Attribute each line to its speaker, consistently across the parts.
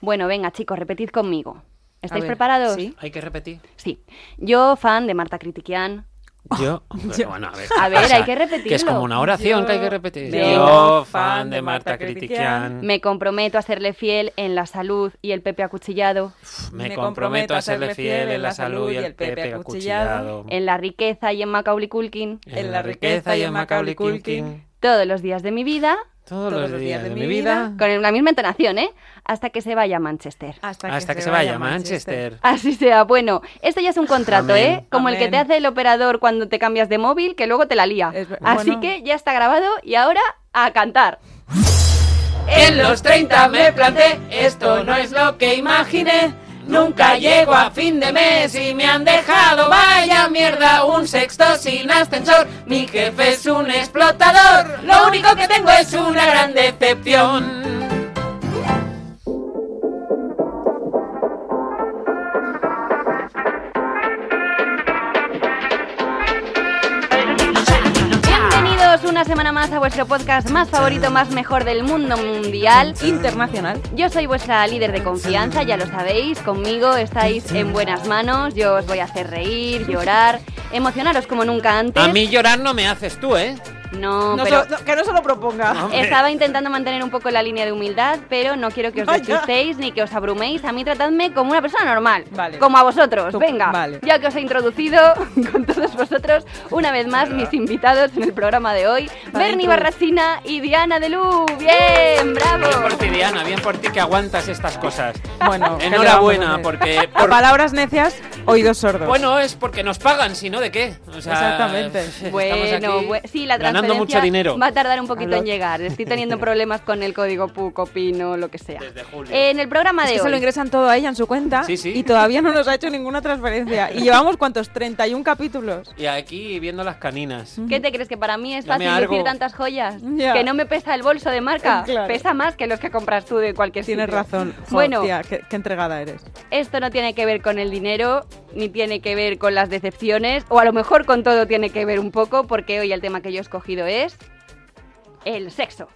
Speaker 1: Bueno, venga, chicos, repetid conmigo. ¿Estáis
Speaker 2: ver,
Speaker 1: preparados?
Speaker 2: sí.
Speaker 3: Hay que repetir.
Speaker 1: Sí. Yo, fan de Marta Critiquian.
Speaker 3: Yo. Pero bueno, a ver.
Speaker 1: A
Speaker 3: ¿qué
Speaker 1: ver,
Speaker 3: pasa?
Speaker 1: hay que repetirlo.
Speaker 3: Que es como una oración
Speaker 2: Yo-
Speaker 3: que hay que repetir.
Speaker 2: Venga.
Speaker 3: Yo, fan de Marta Critiquian,
Speaker 1: Me comprometo a serle fiel en la salud y el Pepe acuchillado,
Speaker 3: me comprometo a serle fiel en la salud y el Pepe acuchillado.
Speaker 1: en la riqueza y en Macaulay Culkin,
Speaker 2: en la riqueza y en Macaulay Culkin,
Speaker 1: todos los días de mi vida,
Speaker 3: Todos los días de mi vida.
Speaker 1: con la misma entonación, ¿eh? Hasta que se vaya a Manchester.
Speaker 2: Hasta
Speaker 3: Hasta que se vaya a Manchester.
Speaker 1: Así sea, bueno, esto ya es un contrato,
Speaker 3: Amén.
Speaker 1: ¿eh? Como el que
Speaker 2: Amén.
Speaker 1: te hace el operador cuando te cambias de móvil, que luego te la lía.
Speaker 2: Es ver-
Speaker 1: Así
Speaker 2: bueno.
Speaker 1: que ya está grabado y ahora a cantar.
Speaker 3: En los 30 me planté, esto no es lo que imaginé. Nunca llego a fin de mes y me han dejado, vaya mierda, un sexto sin ascensor. Mi jefe es un explotador, lo único que tengo es una gran decepción.
Speaker 1: Bienvenidos una semana más a vuestro podcast más favorito, más mejor del mundo mundial.
Speaker 2: Internacional.
Speaker 1: Yo soy vuestra líder de confianza, ya lo sabéis, conmigo estáis en buenas manos, yo os voy a hacer reír, llorar, emocionaros como nunca antes.
Speaker 3: llorar no me haces tú, ¿eh?
Speaker 1: No,
Speaker 2: No
Speaker 1: pero Ah,
Speaker 2: se lo- no, que no se lo proponga.
Speaker 3: hombre.
Speaker 1: estaba intentando mantener un poco la línea de humildad, pero no quiero que os
Speaker 2: Vaya.
Speaker 1: despistéis ni que os abruméis. A mí tratadme como una persona normal,
Speaker 2: Vale.
Speaker 1: como a vosotros.
Speaker 2: Tú-
Speaker 1: Venga,
Speaker 2: vale.
Speaker 1: ya que os he introducido con todos vosotros, una vez más mis invitados en el programa de hoy,
Speaker 2: Vale,
Speaker 1: Bernie
Speaker 2: tú.
Speaker 1: Barracina y Diana Delú. Bien, bravo.
Speaker 3: Bien por ti, Diana, bien por ti que aguantas estas cosas.
Speaker 2: Bueno, ¿qué le vamos a
Speaker 3: Enhorabuena,
Speaker 2: hacer?
Speaker 3: porque...
Speaker 2: A
Speaker 3: por-
Speaker 2: palabras necias, oídos sordos.
Speaker 3: Bueno, es porque nos pagan, si no, ¿de qué? O sea,
Speaker 2: Exactamente.
Speaker 3: estamos
Speaker 1: Bueno,
Speaker 3: aquí
Speaker 1: bue- sí, la transferencia
Speaker 3: ganando mucho dinero.
Speaker 1: va a tardar un poquito
Speaker 2: Aló.
Speaker 1: en llegar. Estoy teniendo problemas con el código PUC, opino, lo que sea.
Speaker 3: Desde julio.
Speaker 1: En el programa
Speaker 2: Es
Speaker 1: de
Speaker 2: que se
Speaker 1: hoy.
Speaker 2: lo ingresan todo a ella en su cuenta
Speaker 3: Sí, sí.
Speaker 2: y todavía no nos ha hecho ninguna transferencia. Y llevamos cuántos, 31 capítulos.
Speaker 3: Y aquí viendo las caninas.
Speaker 1: ¿Qué te crees que para mí es
Speaker 3: Yo me
Speaker 1: fácil lucir
Speaker 3: argo.
Speaker 1: tantas jolas?
Speaker 2: Ya.
Speaker 1: Que no me pesa el bolso de marca.
Speaker 2: Claro.
Speaker 1: Pesa más que los que compras tú de cualquier
Speaker 2: Tienes
Speaker 1: sitio.
Speaker 2: razón. Jo,
Speaker 1: Bueno,
Speaker 2: tía, qué, qué entregada eres.
Speaker 1: esto no tiene que ver con el dinero, ni tiene que ver con las decepciones, o a lo mejor con todo tiene que ver un poco, porque hoy el tema que yo he escogido es el sexo.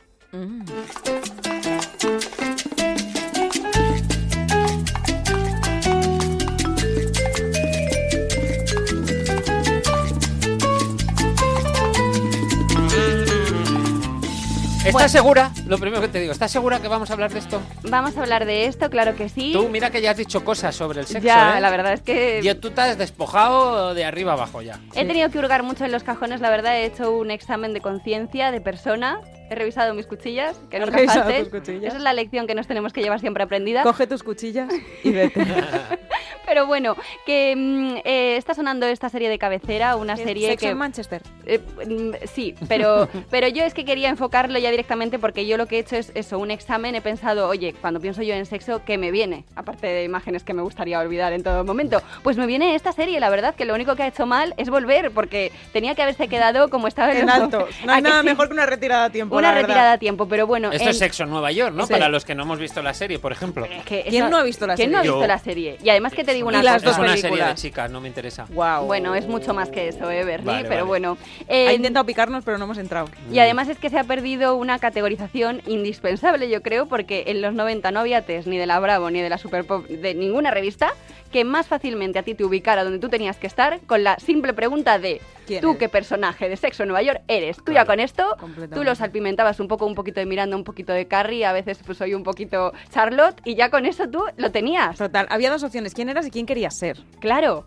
Speaker 3: ¿Estás segura? Lo primero que te digo, ¿estás segura que vamos a hablar de esto?
Speaker 1: Vamos a hablar de esto, claro que sí.
Speaker 3: Tú, mira que ya has dicho cosas sobre el sexo.
Speaker 1: ya,
Speaker 3: ¿eh?
Speaker 1: la verdad es que...
Speaker 3: Yo, tú te has despojado de arriba abajo ya.
Speaker 1: He tenido que hurgar mucho en los cajones, la verdad. He hecho un examen de conciencia, de persona. He revisado mis cuchillas, que
Speaker 2: Has
Speaker 1: nunca
Speaker 2: revisado
Speaker 1: falten.
Speaker 2: tus cuchillas.
Speaker 1: Esa es la lección que nos tenemos que llevar siempre aprendida.
Speaker 2: Coge tus cuchillas y vete.
Speaker 1: Pero bueno, que mm, eh, está sonando esta serie de cabecera, una serie
Speaker 2: Sexo
Speaker 1: que...
Speaker 2: en Manchester.
Speaker 1: Eh, mm, sí, pero, pero yo es que quería enfocarlo ya directamente porque yo lo que he hecho es eso, un examen. He pensado, oye, cuando pienso yo en sexo, ¿qué me viene? Aparte de imágenes que me gustaría olvidar en todo momento. Pues me viene esta serie, la verdad, que lo único que ha hecho mal es volver porque tenía que haberse quedado como estaba en
Speaker 2: En
Speaker 1: los-
Speaker 2: alto. No
Speaker 1: ¿A
Speaker 2: hay
Speaker 1: que
Speaker 2: nada
Speaker 1: sí?
Speaker 2: mejor que una retirada a tiempo.
Speaker 1: Una
Speaker 2: la verdad.
Speaker 1: retirada a tiempo, pero bueno.
Speaker 3: Esto
Speaker 1: en-
Speaker 3: es sexo en Nueva York, ¿no?
Speaker 2: Sí.
Speaker 3: Para los que no hemos visto la serie, por ejemplo.
Speaker 1: es que
Speaker 2: ¿Quién
Speaker 1: eso-
Speaker 2: no ha visto la
Speaker 1: ¿Quién no ha
Speaker 3: serie?
Speaker 1: visto
Speaker 3: Yo.
Speaker 1: la serie? Y además que te digo una
Speaker 2: Y las
Speaker 1: cosa.
Speaker 3: es una
Speaker 2: dos
Speaker 3: serie de
Speaker 2: películas.
Speaker 3: chicas, no me interesa.
Speaker 2: Wow.
Speaker 1: Bueno, es mucho más que eso, ¿eh, Bernie?
Speaker 3: Vale,
Speaker 1: pero
Speaker 3: vale.
Speaker 1: bueno.
Speaker 2: Ha
Speaker 1: eh,
Speaker 2: intentado picarnos, pero no hemos entrado.
Speaker 1: Y además es que se ha perdido una categorización indispensable, yo creo, porque en los 90 no había test ni de la Bravo ni de la Super Pop, de ninguna revista, que más fácilmente a ti te ubicara donde tú tenías que estar con la simple pregunta de
Speaker 2: ¿Quién
Speaker 1: ¿tú
Speaker 2: eres?
Speaker 1: qué personaje de sexo en Nueva York eres? Tú ya
Speaker 3: Claro,
Speaker 1: con esto,
Speaker 2: completamente.
Speaker 1: tú lo salpimentabas un poco, un poquito de Miranda, un poquito de Carrie, a veces pues soy un poquito Charlotte, y ya con eso tú lo tenías.
Speaker 2: Total, había dos opciones: quién eras y quién querías ser.
Speaker 1: Claro.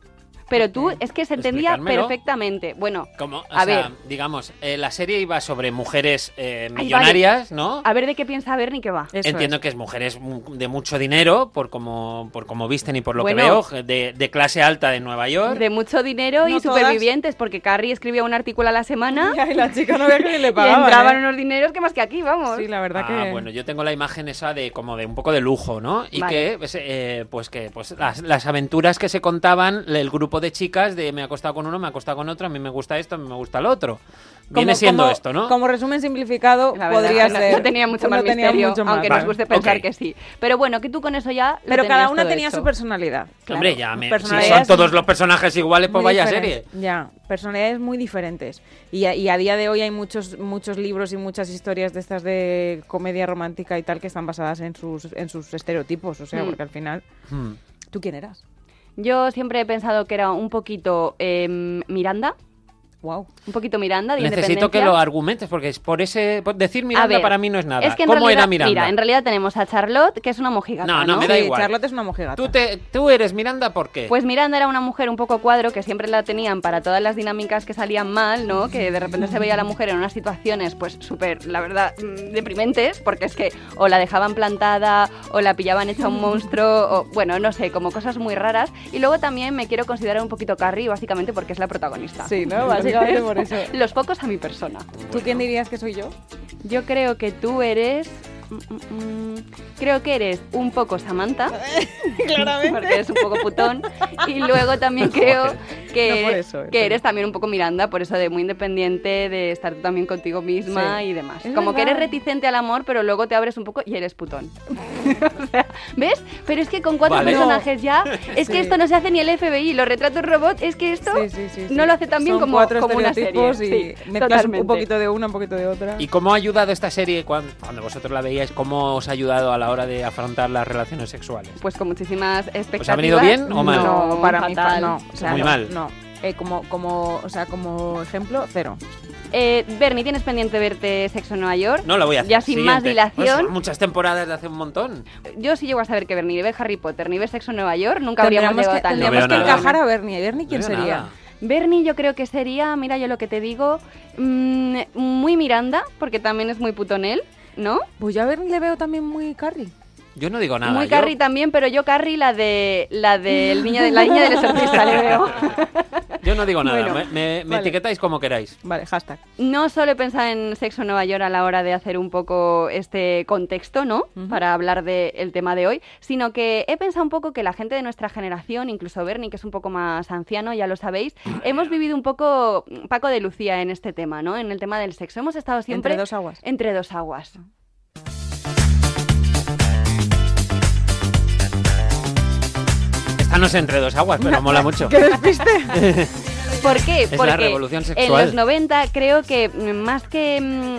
Speaker 1: Pero tú es que se entendía
Speaker 3: Explicármelo.
Speaker 1: perfectamente. Bueno,
Speaker 3: Como, o
Speaker 1: A
Speaker 3: sea,
Speaker 1: ver.
Speaker 3: digamos, eh, la serie iba sobre mujeres eh,
Speaker 1: vale.
Speaker 3: millonarias, ¿no?
Speaker 1: a ver de qué piensa Bernie que va.
Speaker 2: Eso
Speaker 3: Entiendo que es mujeres mu- de mucho dinero, por como, por como visten y por lo
Speaker 1: Bueno.
Speaker 3: que veo, de, de clase alta de Nueva York.
Speaker 1: De mucho dinero y
Speaker 2: No todas.
Speaker 1: supervivientes, porque Carrie escribía un artículo a la semana
Speaker 2: es. Y la chica no veía que ni le
Speaker 1: ¿Ah? y
Speaker 2: pagaban.
Speaker 1: entraban
Speaker 2: ¿eh?
Speaker 1: unos dineros que más que aquí, vamos.
Speaker 2: Sí, la verdad
Speaker 3: Ah,
Speaker 2: que.
Speaker 3: bueno, yo tengo la imagen esa de como de un poco de lujo, ¿no? Y
Speaker 1: Vale.
Speaker 3: que, pues, eh, pues que pues las, las aventuras que se contaban el grupo de chicas, de me he acostado con uno, me he acostado con otro, a mí me gusta esto, a mí me gusta el otro. Viene siendo esto, ¿no?
Speaker 2: Como resumen simplificado,
Speaker 1: La verdad,
Speaker 2: podría
Speaker 1: no,
Speaker 2: ser.
Speaker 1: no tenía mucho más
Speaker 2: Uno tenía
Speaker 1: misterio,
Speaker 2: mucho más.
Speaker 1: aunque
Speaker 3: Vale,
Speaker 1: nos guste pensar
Speaker 3: ok.
Speaker 1: que sí. Pero bueno, que tú con eso ya lo
Speaker 2: Pero cada
Speaker 1: tenías
Speaker 2: una
Speaker 1: todo
Speaker 2: tenía
Speaker 1: hecho.
Speaker 2: su personalidad.
Speaker 1: claro.
Speaker 3: Hombre, ya, me- si
Speaker 2: Personalidades
Speaker 3: son todos los personajes iguales, pues
Speaker 2: Muy
Speaker 3: vaya
Speaker 2: diferentes,
Speaker 3: serie.
Speaker 2: Ya, personalidades muy diferentes. Y a, y a día de hoy hay muchos muchos libros y muchas historias de estas de comedia romántica y tal que están basadas en sus en sus estereotipos, o sea,
Speaker 1: Mm.
Speaker 2: porque al final
Speaker 3: Hmm.
Speaker 2: tú quién eras.
Speaker 1: Yo siempre he pensado que era un poquito eh, Miranda,
Speaker 2: Wow.
Speaker 1: un poquito Miranda de
Speaker 3: Necesito que
Speaker 1: Independencia.
Speaker 3: lo argumentes, porque es por ese por decir Miranda
Speaker 1: A ver,
Speaker 3: para mí no es nada.
Speaker 1: Es que en
Speaker 3: ¿Cómo
Speaker 1: realidad,
Speaker 3: era Miranda?
Speaker 1: Mira, en realidad tenemos a Charlotte, que es una mojigata,
Speaker 3: No,
Speaker 1: ¿no?
Speaker 3: no, me da igual.
Speaker 2: Charlotte es una mojigata.
Speaker 3: ¿Tú, te, tú eres Miranda, ¿por qué?
Speaker 1: Pues Miranda era una mujer un poco cuadro que siempre la tenían para todas las dinámicas que salían mal, ¿no? Que de repente se veía a la mujer en unas situaciones, pues súper, la verdad, mm, deprimentes, porque es que o la dejaban plantada, o la pillaban hecha un monstruo, o bueno, no sé, como cosas muy raras. Y luego también me quiero considerar un poquito Carrie, básicamente porque es la protagonista.
Speaker 2: Sí, ¿no? Básicamente por eso.
Speaker 1: Los pocos a mi persona.
Speaker 2: ¿Tú quién dirías que soy yo?
Speaker 1: Yo creo que tú eres. mm, mm, mm, Creo que eres un poco Samantha. Porque eres un poco putón. Y luego también creo que,
Speaker 2: No por eso,
Speaker 1: que
Speaker 2: pero-
Speaker 1: eres también un poco Miranda, por eso de muy independiente, de estar tú también contigo misma
Speaker 2: Sí.
Speaker 1: y demás.
Speaker 2: Es
Speaker 1: Como que eres
Speaker 2: verdad.
Speaker 1: reticente al amor, pero luego te abres un poco y eres putón. O sea, ¿Ves? Pero es que con cuatro
Speaker 3: Vale.
Speaker 1: personajes ya, es que
Speaker 2: Sí.
Speaker 1: esto no se hace ni el FBI, los retratos robot, es que esto
Speaker 2: Sí, sí, sí, sí.
Speaker 1: no lo hace tan bien
Speaker 2: Son
Speaker 1: como,
Speaker 2: cuatro
Speaker 1: como una serie.
Speaker 2: estereotipos y
Speaker 1: Sí,
Speaker 2: mezclas
Speaker 1: totalmente.
Speaker 2: un poquito de una, un poquito de otra.
Speaker 3: ¿Y cómo ha ayudado esta serie cuan- cuando, vosotros la veíais? ¿Cómo os ha ayudado a la hora de afrontar las relaciones sexuales?
Speaker 1: Pues con muchísimas expectativas.
Speaker 3: ha venido bien o mal?
Speaker 2: No, para mí fa-
Speaker 1: fatal.
Speaker 2: no, o sea,
Speaker 3: Muy
Speaker 2: no,
Speaker 3: mal.
Speaker 2: No. Eh, como como, o sea, como ejemplo, cero.
Speaker 1: Eh, Bernie, ¿tienes pendiente verte Sexo en Nueva York?
Speaker 3: No la voy a hacer.
Speaker 1: Ya sin más
Speaker 3: Siguiente.
Speaker 1: dilación.
Speaker 3: Pues, muchas temporadas de hace un montón.
Speaker 1: Yo si llego a saber que Bernie ve Harry Potter ni ve Sexo en Nueva York, nunca habríamos
Speaker 2: Tendríamos
Speaker 1: llegado
Speaker 2: que,
Speaker 1: tan
Speaker 3: No
Speaker 2: tendríamos
Speaker 3: veo
Speaker 1: lejos.
Speaker 2: que
Speaker 3: nada.
Speaker 2: encajar a Bernie. ¿A Bernie
Speaker 3: No
Speaker 2: quién
Speaker 3: veo
Speaker 2: sería?
Speaker 3: nada.
Speaker 1: Bernie yo creo que sería, mira yo lo que te digo, mm, muy Miranda, porque también es muy putonel, ¿no?
Speaker 2: Pues yo a Bernie le veo también muy Carrie.
Speaker 3: Yo no digo nada.
Speaker 1: muy
Speaker 3: yo-
Speaker 1: Carrie también, pero yo Carrie la de la del niño de la niña del exorcista le veo.
Speaker 3: yo, no digo nada.
Speaker 2: Bueno,
Speaker 3: me me- me
Speaker 2: vale.
Speaker 3: etiquetáis como queráis.
Speaker 2: Vale, hashtag.
Speaker 1: No solo pensar en Sexo en Nueva York a la hora de hacer un poco este contexto, ¿no?
Speaker 2: Ujú.
Speaker 1: Para hablar del tema de hoy, sino que he pensado un poco que la gente de nuestra generación, incluso Bernie, que es un poco más anciano, ya lo sabéis, hemos vivido un poco mm, Paco de Lucía en este tema, ¿no? En el tema del sexo. Hemos estado siempre Eh,
Speaker 2: Entre dos aguas.
Speaker 1: entre dos aguas.
Speaker 3: Esta no es entre dos aguas, pero mola mucho.
Speaker 2: ¿Qué despiste?
Speaker 1: ¿Por qué?
Speaker 3: la
Speaker 1: Porque
Speaker 3: revolución
Speaker 1: en
Speaker 3: sexual.
Speaker 1: los 90 creo que mm, más que mm,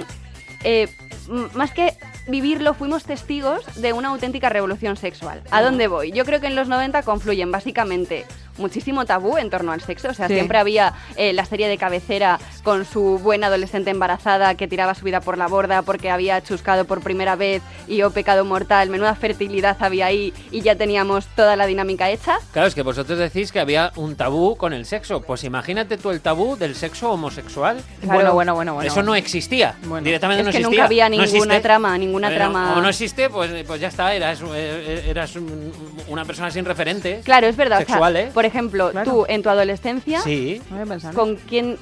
Speaker 1: eh, m- más que vivirlo fuimos testigos de una auténtica revolución sexual. ¿A dónde voy? Yo creo que en los 90 confluyen básicamente muchísimo tabú en torno al sexo, o sea,
Speaker 2: Sí.
Speaker 1: siempre había eh, la serie de cabecera con su buena adolescente embarazada que tiraba su vida por la borda porque había chuscado por primera vez y o pecado mortal, menuda fertilidad había ahí y ya teníamos toda la dinámica hecha.
Speaker 3: Claro, es que vosotros decís que había un tabú con el sexo. Pues imagínate tú el tabú del sexo homosexual.
Speaker 1: Claro.
Speaker 2: Bueno, bueno, bueno, bueno.
Speaker 3: Eso no existía.
Speaker 2: Bueno.
Speaker 3: Directamente
Speaker 1: Es
Speaker 3: no
Speaker 1: que
Speaker 3: existía.
Speaker 1: nunca había
Speaker 3: No
Speaker 1: ninguna
Speaker 3: existe.
Speaker 1: trama, ninguna
Speaker 3: Bueno,
Speaker 1: trama.
Speaker 3: Como no existe, pues, pues ya está. Eras, eh, eras un- una persona sin referentes.
Speaker 1: Claro, es verdad. o sea,
Speaker 3: Sexual, ¿eh?
Speaker 1: Por ejemplo,
Speaker 2: Claro.
Speaker 1: tú en tu adolescencia,
Speaker 3: Sí.
Speaker 2: No había pensado.
Speaker 1: ¿con quién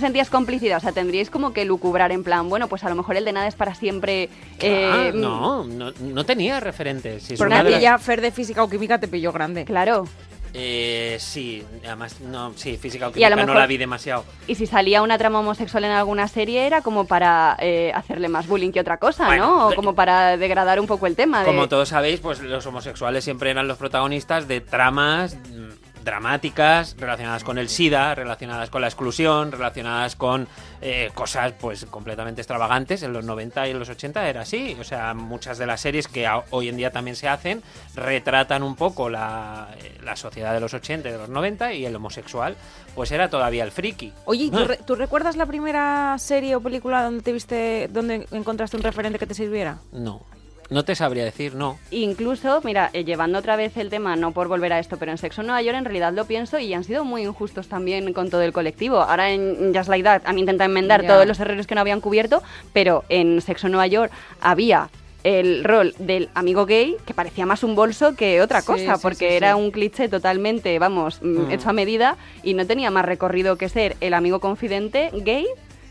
Speaker 1: sentías complicidad? O sea, tendríais como que lucubrar en plan, bueno, pues a lo mejor el de nada es para siempre. eh,
Speaker 3: Ah, no, no, no tenía referentes. Sí, es
Speaker 2: Porque
Speaker 3: una
Speaker 2: a
Speaker 3: de
Speaker 2: ti
Speaker 3: las-
Speaker 2: ya Fer de física o química te pilló grande.
Speaker 1: Claro.
Speaker 3: Eh, sí, además, no, sí, física o
Speaker 1: Y a lo
Speaker 3: química no
Speaker 1: mejor-
Speaker 3: la vi demasiado.
Speaker 1: Y si salía una trama homosexual en alguna serie era como para eh, hacerle más bullying que otra cosa, ¿no?
Speaker 3: Bueno,
Speaker 1: O
Speaker 3: de-
Speaker 1: como para degradar un poco el tema. de-
Speaker 3: Como todos sabéis, pues los homosexuales siempre eran los protagonistas de tramas mm, dramáticas relacionadas con el SIDA, relacionadas con la exclusión, relacionadas con eh, cosas pues completamente extravagantes. En los 90 y en los 80 era así. O sea, muchas de las series que a- hoy en día también se hacen retratan un poco la, eh, la sociedad de los 80 y de los 90 y el homosexual pues era todavía el friki.
Speaker 2: Oye, ¿y ¿tú,
Speaker 3: Ah.
Speaker 2: re- tú recuerdas la primera serie o película donde te viste, donde encontraste un referente que te sirviera?
Speaker 3: No, no te sabría decir, no.
Speaker 1: Incluso, mira, eh, llevando otra vez el tema, no por volver a esto, pero en Sexo en Nueva York en realidad lo pienso y han sido muy injustos también con todo el colectivo. Ahora en Just Like That han intentado enmendar
Speaker 2: Ya.
Speaker 1: todos los errores que no habían cubierto, pero en Sexo en Nueva York había el rol del amigo gay que parecía más un bolso que otra
Speaker 2: Sí,
Speaker 1: cosa,
Speaker 2: sí,
Speaker 1: porque
Speaker 2: sí,
Speaker 1: era
Speaker 2: sí.
Speaker 1: un cliché totalmente, vamos, mm,
Speaker 3: Mm.
Speaker 1: hecho a medida y no tenía más recorrido que ser el amigo confidente gay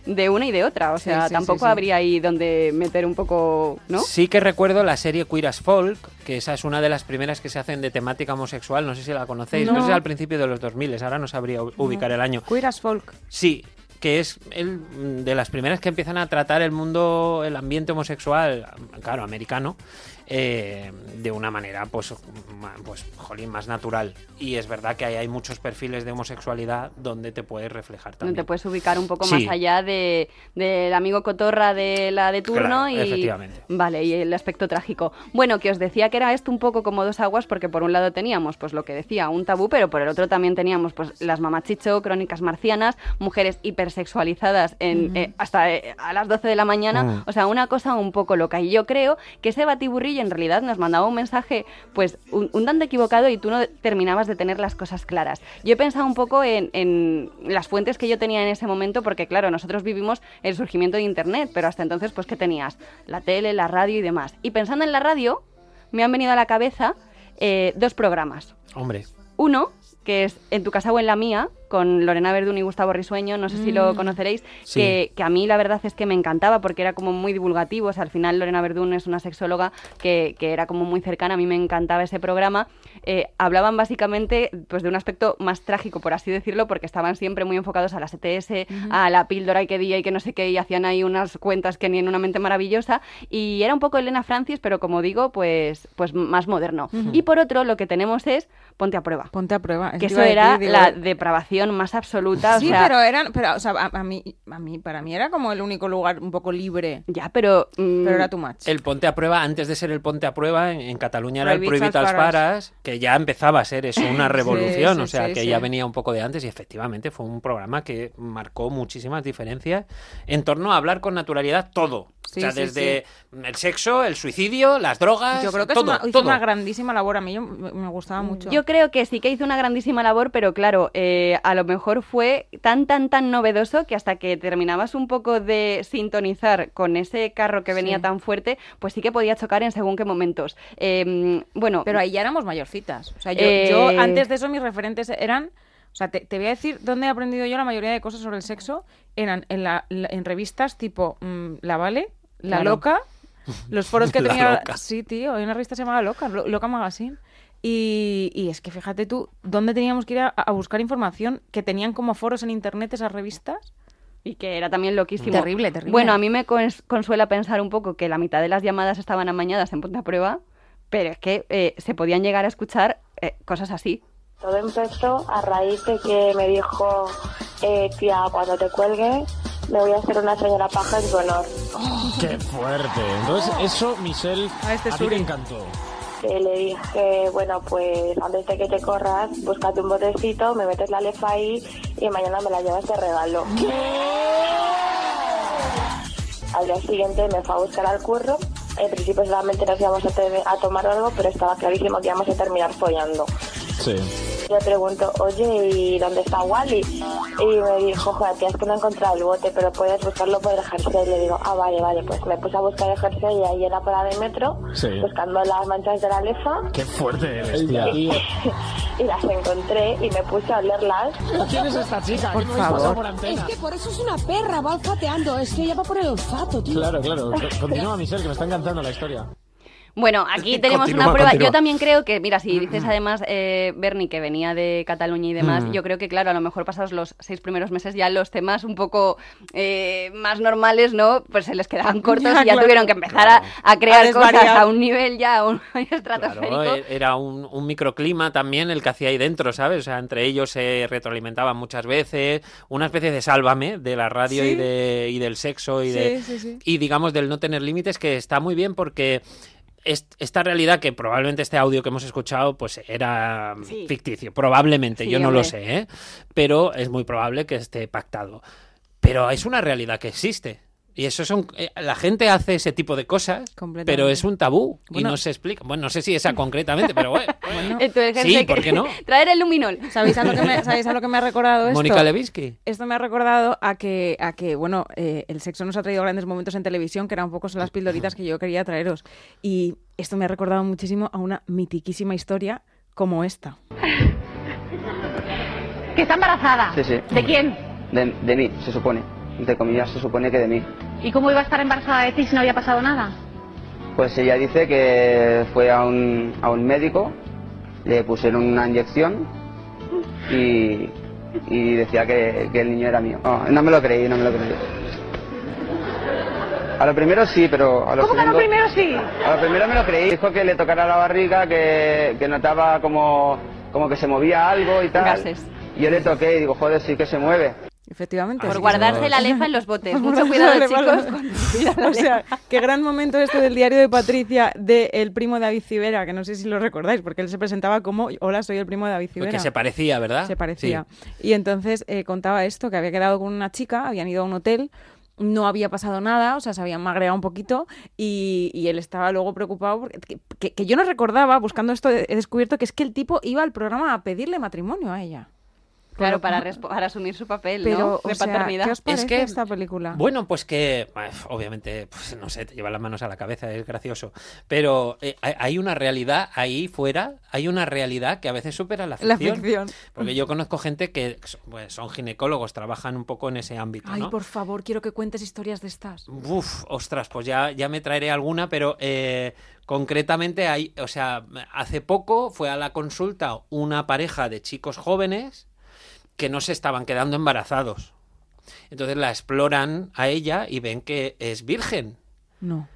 Speaker 1: de una y de otra. O
Speaker 2: Sí,
Speaker 1: sea,
Speaker 2: sí, sí,
Speaker 1: tampoco
Speaker 2: sí.
Speaker 1: habría ahí donde meter un poco, ¿no?
Speaker 3: Sí que recuerdo la serie Queer as Folk, que esa es una de las primeras que se hacen de temática homosexual, no sé si la conocéis, no,
Speaker 2: No.
Speaker 3: sé al principio de los 2000, ahora no sabría u- ubicar el año.
Speaker 2: Queer as folk.
Speaker 3: Sí, que es el, mm, de las primeras que empiezan a tratar el mundo, el ambiente homosexual, claro, americano, eh, de una manera, pues, ma- pues, jolín, más natural. Y es verdad que ahí hay muchos perfiles de homosexualidad donde te puedes reflejar también.
Speaker 1: Donde te puedes ubicar un poco
Speaker 3: Sí.
Speaker 1: más allá de, del amigo cotorra de la de turno
Speaker 3: Claro,
Speaker 1: y
Speaker 3: efectivamente.
Speaker 1: vale y el aspecto trágico. Bueno, que os decía que era esto un poco como dos aguas porque por un lado teníamos pues lo que decía un tabú, pero por el otro también teníamos pues las mamachicho, crónicas marcianas, mujeres hipersexualizadas en, eh, hasta eh, a las 12 de la mañana,
Speaker 3: Mm.
Speaker 1: o sea una cosa un poco loca y yo creo que ese batiburrillo en realidad nos mandaba un mensaje pues un, un tanto equivocado y tú no terminabas de tener las cosas claras. Yo he pensado un poco en, en las fuentes que yo tenía en ese momento, porque claro, nosotros vivimos el surgimiento de Internet, pero hasta entonces, pues, ¿qué tenías? La tele, la radio y demás. Y pensando en la radio, me han venido a la cabeza eh, dos programas.
Speaker 3: Hombre,
Speaker 1: Uno, que es En tu casa o en la mía, con Lorena Verdún y Gustavo Risueño, no sé si lo conoceréis,
Speaker 3: Sí.
Speaker 1: que, que a mí la verdad es que me encantaba porque era como muy divulgativo. O sea, al final Lorena Verdún es una sexóloga que, que era como muy cercana, a mí me encantaba ese programa. Eh, hablaban básicamente pues, de un aspecto más trágico, por así decirlo, porque estaban siempre muy enfocados a las ETS, a la píldora y qué día y que no sé qué, y hacían ahí unas cuentas que ni en una mente maravillosa. Y era un poco Elena Francis, pero como digo, pues, pues más moderno. Y por otro, lo que tenemos es Ponte a prueba.
Speaker 2: Ponte a prueba.
Speaker 1: Que
Speaker 2: te
Speaker 1: eso
Speaker 2: iba a
Speaker 1: era
Speaker 2: decir, digo, eh.
Speaker 1: la depravación más absoluta. o
Speaker 2: Sí,
Speaker 1: sea,
Speaker 2: pero eran, pero, o sea, a, a mí, a mí, para mí era como el único lugar un poco libre,
Speaker 1: Ya, pero. mm,
Speaker 2: pero era tu match.
Speaker 3: El ponte a prueba, antes de ser el ponte a prueba, en, en Cataluña era el
Speaker 2: Prohibits
Speaker 3: prohibit
Speaker 2: als
Speaker 3: als
Speaker 2: pares.
Speaker 3: paras, que ya empezaba a ser eso una revolución,
Speaker 2: sí,
Speaker 3: o sea,
Speaker 2: sí,
Speaker 3: que
Speaker 2: sí.
Speaker 3: ya venía un poco de antes y efectivamente fue un programa que marcó muchísimas diferencias en torno a hablar con naturalidad todo.
Speaker 2: Sí,
Speaker 3: o sea,
Speaker 2: sí,
Speaker 3: desde el sexo, el suicidio, las drogas,
Speaker 2: Yo creo que es
Speaker 3: todo,
Speaker 2: una, hizo
Speaker 3: todo.
Speaker 2: una grandísima labor. A mí yo- me, me gustaba mucho.
Speaker 1: Mm. Yo creo que sí que hizo una grandísima labor, pero claro, eh, a lo mejor fue tan, tan, tan novedoso que hasta que terminabas un poco de sintonizar con ese carro que venía
Speaker 2: Sí.
Speaker 1: tan fuerte, pues sí que podía chocar en según qué momentos. Eh, bueno,
Speaker 2: Pero ahí ya éramos mayorcitas. O sea, yo,
Speaker 1: Eh.
Speaker 2: yo antes de eso mis referentes eran... O sea, te, te voy a decir dónde he aprendido yo la mayoría de cosas sobre el sexo. Eran en, la, la- en revistas tipo mm, La Vale, La
Speaker 1: Claro.
Speaker 2: Loca, los foros que
Speaker 3: La
Speaker 2: tenía...
Speaker 3: Loca.
Speaker 2: Sí, tío, hay una revista que se llamaba Loca, Lo- Loca Magazine. Y, y es que fíjate tú, ¿dónde teníamos que ir a, a buscar información que tenían como foros en internet esas revistas?
Speaker 1: Y que era también loquísimo.
Speaker 2: Terrible, terrible.
Speaker 1: Bueno, a mí me cons- consuela pensar un poco que la mitad de las llamadas estaban amañadas en punta prueba, pero es que eh, se podían llegar a escuchar eh, cosas así.
Speaker 4: Todo empezó a raíz de que me dijo, eh, tía, cuando te cuelgue, me voy a hacer una señora paja en tu honor.
Speaker 5: Qué fuerte. Entonces, eso, Michelle,
Speaker 2: Oh. A este
Speaker 5: a ti te
Speaker 2: Suri.
Speaker 5: encantó.
Speaker 4: Eh, le dije, bueno, pues antes de que te corras, búscate un botecito, me metes la lefa ahí y mañana me la llevas de regalo. Al día siguiente me fue a buscar al curro. En principio solamente nos íbamos a, te- a tomar algo, pero estaba clarísimo que íbamos a terminar follando.
Speaker 5: Sí.
Speaker 4: Le pregunto, oye, ¿y dónde está Wally? Y me dijo, joder, tía, es que no he encontrado el bote, pero puedes buscarlo por el jersey. Le digo, ah, vale, vale, pues me puse a buscar el jersey y ahí en la parada de metro,
Speaker 5: Sí.
Speaker 4: buscando las manchas de la lefa,
Speaker 5: Qué fuerte eres, tía.
Speaker 4: y las encontré y me puse a olerlas.
Speaker 5: ¿Quién es esta chica?
Speaker 2: Por
Speaker 5: ¿Qué me habéis pasado
Speaker 2: favor.
Speaker 5: por
Speaker 6: Es
Speaker 5: antena?
Speaker 6: que por eso es una perra, va olfateando, es que ella va por el olfato, tío.
Speaker 5: Claro, claro. Co- Continúa, Michelle, que me está encantando la historia.
Speaker 1: Bueno, aquí tenemos
Speaker 3: Continúa,
Speaker 1: una prueba.
Speaker 3: continúa.
Speaker 1: Yo
Speaker 3: Mm.
Speaker 1: también creo que, mira, si dices además, eh, Bernie, que venía de Cataluña y demás, yo creo que, claro, a lo mejor pasados los seis primeros meses ya los temas un poco eh, más normales, ¿no? Pues se les quedaban cortos y ya
Speaker 2: claro.
Speaker 1: tuvieron que empezar a- a, crear cosas
Speaker 2: desvariar.
Speaker 1: a un nivel ya, a un estratosférico.
Speaker 3: Claro, e- era un, un microclima también el que hacía ahí dentro, ¿sabes? O sea, entre ellos se retroalimentaban muchas veces, una especie de sálvame de la radio y,
Speaker 2: Sí.
Speaker 3: de, y del sexo y, de,
Speaker 2: Sí, sí, sí.
Speaker 3: y digamos del no tener límites, que está muy bien porque es- esta realidad que probablemente este audio que hemos escuchado pues era
Speaker 1: Sí.
Speaker 3: ficticio, probablemente,
Speaker 1: Sí,
Speaker 3: yo no lo
Speaker 1: hombre.
Speaker 3: sé, ¿eh? pero es muy probable que esté pactado. Pero es una realidad que existe. Y eso son. eh, La gente hace ese tipo de cosas,
Speaker 2: Completamente.
Speaker 3: pero es un tabú y
Speaker 2: Bueno.
Speaker 3: no se explica. Bueno, no sé si esa concretamente, pero bueno.
Speaker 1: Entonces,
Speaker 3: Sí,
Speaker 1: gente,
Speaker 3: ¿por qué no?
Speaker 1: Traer el luminol.
Speaker 2: ¿Sabéis a lo que me, ¿sabéis a lo que me ha recordado esto?
Speaker 3: Mónica Levinsky.
Speaker 2: Esto me ha recordado a que, a que bueno, eh, el sexo nos ha traído grandes momentos en televisión, que eran un poco las pildoritas que yo quería traeros. Y esto me ha recordado muchísimo a una mitiquísima historia como esta.
Speaker 7: Sí, sí. ¿De quién? De, de mí, se supone. entre comillas, se supone que de mí.
Speaker 8: ¿Y cómo iba a estar embarazada de ti si no había pasado nada?
Speaker 7: Pues ella dice que fue a un, a un médico, le pusieron una inyección y, y decía que, que el niño era mío. Oh, No, no me lo creí, no me lo creí. A lo primero sí, pero a lo
Speaker 8: ¿Cómo que
Speaker 7: segundo...
Speaker 8: no primero sí?
Speaker 7: A lo primero me lo creí. Dijo que le tocara la barriga, que, que notaba como, como que se movía algo y tal.
Speaker 1: Gases.
Speaker 7: Yo le toqué y digo, joder, sí que se mueve.
Speaker 2: Efectivamente.
Speaker 1: Por
Speaker 2: sí.
Speaker 1: guardarse la lefa en los botes. Mucho cuidado,
Speaker 2: Vale, vale.
Speaker 1: chicos. con cuidar la
Speaker 2: O sea,
Speaker 1: lefa.
Speaker 2: qué gran momento este del diario de Patricia, del primo de David Civera, que no sé si lo recordáis, porque él se presentaba como, hola, soy el primo de David Civera.
Speaker 3: Porque Pues se parecía, ¿verdad?
Speaker 2: Se parecía. Y entonces eh, contaba esto, que había quedado con una chica, habían ido a un hotel, no había pasado nada, o sea, se habían magreado un poquito y, y él estaba luego preocupado, porque, que, que- que yo no recordaba, buscando esto, he descubierto que es que el tipo iba al programa a pedirle matrimonio a ella.
Speaker 1: Claro, para, respo- para asumir su papel
Speaker 2: Pero,
Speaker 1: ¿no? de
Speaker 2: o sea,
Speaker 1: paternidad.
Speaker 2: ¿qué os
Speaker 3: Es
Speaker 2: parece
Speaker 3: que-
Speaker 2: esta película?
Speaker 3: Bueno, pues que eh, obviamente, pues, no sé, te lleva las manos a la cabeza, es gracioso. Pero eh, hay- hay una realidad ahí fuera, hay una realidad que a veces supera la
Speaker 2: La
Speaker 3: ficción.
Speaker 2: ficción.
Speaker 3: Porque yo conozco gente que son- pues, son ginecólogos, trabajan un poco en ese ámbito.
Speaker 2: Ay,
Speaker 3: ¿no?
Speaker 2: por favor, quiero que cuentes historias de estas.
Speaker 3: Uf, ostras, pues ya, ya me traeré alguna, pero eh, concretamente hay, o sea, hace poco fue a la consulta una pareja de chicos jóvenes que no se estaban quedando embarazados. Entonces la exploran a ella y ven que es virgen,
Speaker 2: No.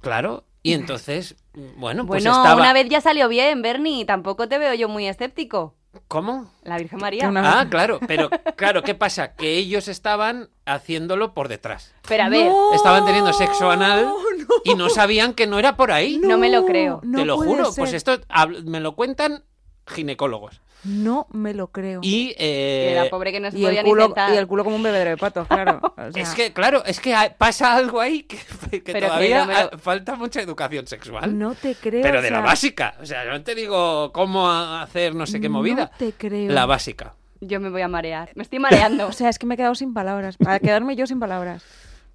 Speaker 3: claro. Y entonces, bueno, pues
Speaker 1: bueno,
Speaker 3: estaba...
Speaker 1: una vez ya salió bien, Bernie. Tampoco te veo yo muy escéptico.
Speaker 3: ¿Cómo?
Speaker 1: La Virgen María.
Speaker 2: Una-
Speaker 3: Ah, claro, pero claro, ¿qué pasa? Que ellos estaban haciéndolo por detrás.
Speaker 1: Pero a ver,
Speaker 2: ¡No!
Speaker 3: Estaban teniendo sexo anal
Speaker 1: Oh,
Speaker 3: y no sabían que no era por ahí.
Speaker 1: No me lo creo.
Speaker 2: no
Speaker 3: Te lo
Speaker 2: puede
Speaker 3: juro,
Speaker 2: ser.
Speaker 3: pues esto habl- me lo cuentan ginecólogos.
Speaker 2: No me lo creo.
Speaker 3: Y, eh,
Speaker 1: que la pobre que no se
Speaker 2: Y
Speaker 1: podía
Speaker 2: el,
Speaker 1: ni
Speaker 2: culo,
Speaker 1: sentar.
Speaker 2: y el culo como un bebedero de patos, claro. O sea,
Speaker 3: es que, claro, es que ha- pasa algo ahí que, que
Speaker 1: Pero
Speaker 3: todavía
Speaker 1: que no me lo-
Speaker 3: ha- falta mucha educación sexual.
Speaker 2: No te creo.
Speaker 3: pero
Speaker 2: o
Speaker 3: de
Speaker 2: sea,
Speaker 3: la básica. O sea, no te digo cómo a- hacer no sé qué movida.
Speaker 2: No te creo.
Speaker 3: La básica.
Speaker 1: Yo me voy a marear. Me estoy mareando.
Speaker 2: O sea, es que me he quedado sin palabras. Para quedarme yo sin palabras.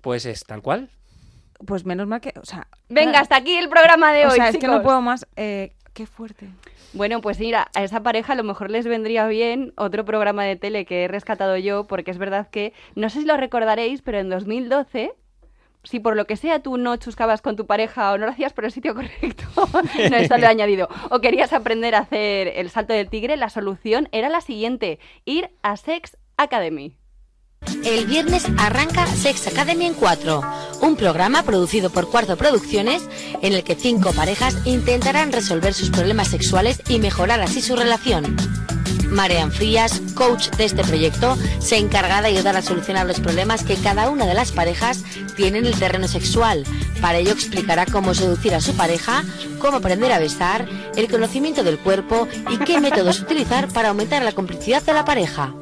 Speaker 3: Pues es tal cual.
Speaker 2: Pues menos mal que. O sea.
Speaker 1: Venga, hasta aquí el programa de
Speaker 2: O
Speaker 1: hoy.
Speaker 2: sea, es que no
Speaker 1: chicos.
Speaker 2: puedo más. Eh, qué fuerte.
Speaker 1: Bueno, pues mira, a esa pareja a lo mejor les vendría bien otro programa de tele que he rescatado yo, porque es verdad que, no sé si lo recordaréis, pero en 2012, si por lo que sea tú no chuscabas con tu pareja o no lo hacías por el sitio correcto, no, esto lo he añadido, o querías aprender a hacer el salto del tigre, la solución era la siguiente, ir a Sex Academy.
Speaker 9: El viernes arranca Sex Academy en 4, un programa producido por Cuarto Producciones en el que cinco parejas intentarán resolver sus problemas sexuales y mejorar así su relación. Marian Frías, coach de este proyecto, se encarga de ayudar a solucionar los problemas que cada una de las parejas tiene en el terreno sexual. Para ello explicará cómo seducir a su pareja, cómo aprender a besar, el conocimiento del cuerpo y qué métodos utilizar para aumentar la complicidad de la pareja.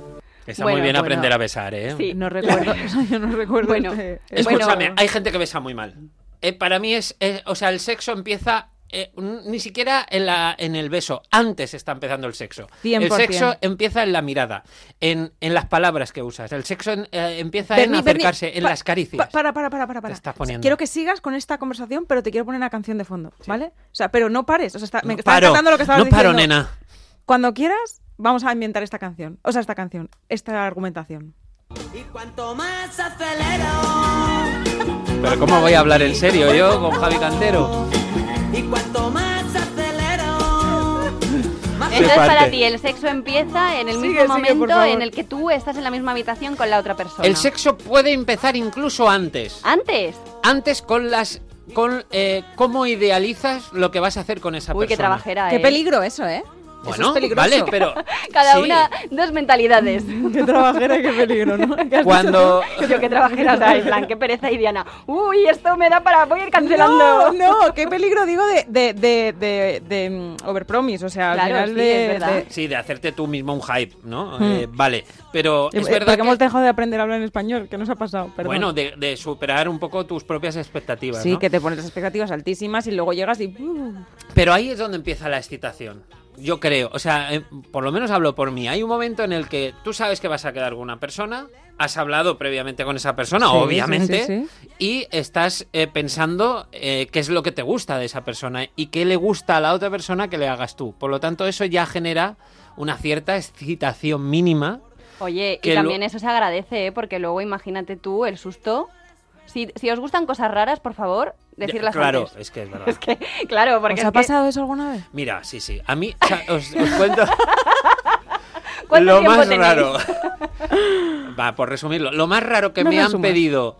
Speaker 3: Está
Speaker 1: Bueno,
Speaker 3: muy bien
Speaker 1: bueno.
Speaker 3: aprender a besar, ¿eh?
Speaker 1: Sí.
Speaker 2: No recuerdo. yo no recuerdo.
Speaker 1: Bueno,
Speaker 2: este-
Speaker 3: Escúchame,
Speaker 2: Bueno,
Speaker 3: hay gente que besa muy mal. Eh, para mí es, es- o sea, el sexo empieza eh, n- ni siquiera en, la, en el beso. Antes está empezando el sexo. El
Speaker 2: 100%.
Speaker 3: sexo empieza en la mirada, en, en las palabras que usas. El sexo en- eh, empieza en
Speaker 2: Berni, Berni,
Speaker 3: acercarse, en
Speaker 2: pa-
Speaker 3: las caricias.
Speaker 2: pa- para, para, para, para. para.
Speaker 3: Te estás poniendo.
Speaker 2: Quiero que sigas con esta conversación, pero te quiero poner una canción de fondo, ¿vale? O sea, pero no pares. O sea, está- me
Speaker 3: no
Speaker 2: estaba
Speaker 3: paro,
Speaker 2: encantando lo que estabas
Speaker 3: no paro,
Speaker 2: diciendo.
Speaker 3: nena.
Speaker 2: Cuando quieras, vamos a inventar esta canción. O sea, esta canción, esta argumentación.
Speaker 3: Pero ¿cómo voy a hablar en serio yo con Javi Cantero?
Speaker 1: Entonces
Speaker 3: parte.
Speaker 1: para ti el sexo empieza en el
Speaker 2: Sigue,
Speaker 1: mismo
Speaker 2: sigue, por
Speaker 1: momento
Speaker 2: favor.
Speaker 1: en el que tú estás en la misma habitación con la otra persona.
Speaker 3: El sexo puede empezar incluso antes.
Speaker 1: Antes.
Speaker 3: Antes con las... Con eh, cómo idealizas lo que vas a hacer con esa
Speaker 1: Uy,
Speaker 3: persona.
Speaker 1: qué trabajera,
Speaker 2: Qué
Speaker 1: ¿eh?
Speaker 2: peligro eso, ¿eh? eso es
Speaker 3: Bueno,
Speaker 2: peligroso.
Speaker 3: vale, pero
Speaker 1: Cada
Speaker 3: sí.
Speaker 1: una, dos mentalidades.
Speaker 2: Qué trabajera, qué peligro, ¿no? ¿Qué has dicho?
Speaker 3: cuando
Speaker 1: Yo que trabajé en otra, en plan, qué pereza y Diana. Uy, esto me da para. Voy a ir
Speaker 2: No,
Speaker 1: cancelando.
Speaker 2: no, qué peligro digo de, de, de, de, de, mm, overpromise, o sea, al
Speaker 1: Claro,
Speaker 2: final
Speaker 1: sí,
Speaker 2: de...
Speaker 1: es verdad.
Speaker 2: de-
Speaker 3: sí de hacerte tú mismo un hype, ¿no? Eh, vale, pero es
Speaker 2: Hmm. Eh,
Speaker 3: verdad
Speaker 2: porque hemos
Speaker 3: que
Speaker 2: dejado de aprender a hablar en español, que nos ha pasado, perdón.
Speaker 3: bueno de, de superar un poco tus propias expectativas,
Speaker 2: sí,
Speaker 3: ¿no?
Speaker 2: que te pones las expectativas altísimas y luego llegas y... uh,
Speaker 3: Pero ahí es donde empieza la excitación. Yo creo, o sea, eh, por lo menos hablo por mí. Hay un momento en el que tú sabes que vas a quedar con una persona, has hablado previamente con esa persona,
Speaker 2: Sí,
Speaker 3: obviamente,
Speaker 2: sí,
Speaker 3: y estás eh, pensando eh, qué es lo que te gusta de esa persona y qué le gusta a la otra persona que le hagas tú. Por lo tanto, eso ya genera una cierta excitación mínima
Speaker 1: Oye, y
Speaker 3: que lo-
Speaker 1: también eso se agradece, ¿eh? porque luego imagínate tú el susto. Si, si os gustan cosas raras, por favor, decirlas
Speaker 3: Claro,
Speaker 1: antes.
Speaker 3: es que es verdad.
Speaker 1: Es que, claro, porque
Speaker 2: ¿Os
Speaker 1: es
Speaker 2: ha
Speaker 1: que-
Speaker 2: pasado eso alguna vez?
Speaker 3: Mira, sí, sí. A mí, o sea, os, os cuento
Speaker 1: ¿cuánto
Speaker 3: lo
Speaker 1: tiempo
Speaker 3: más
Speaker 1: tenéis?
Speaker 3: raro. Va, por resumirlo. Lo más raro que
Speaker 2: No
Speaker 3: me han
Speaker 2: resumas.
Speaker 3: pedido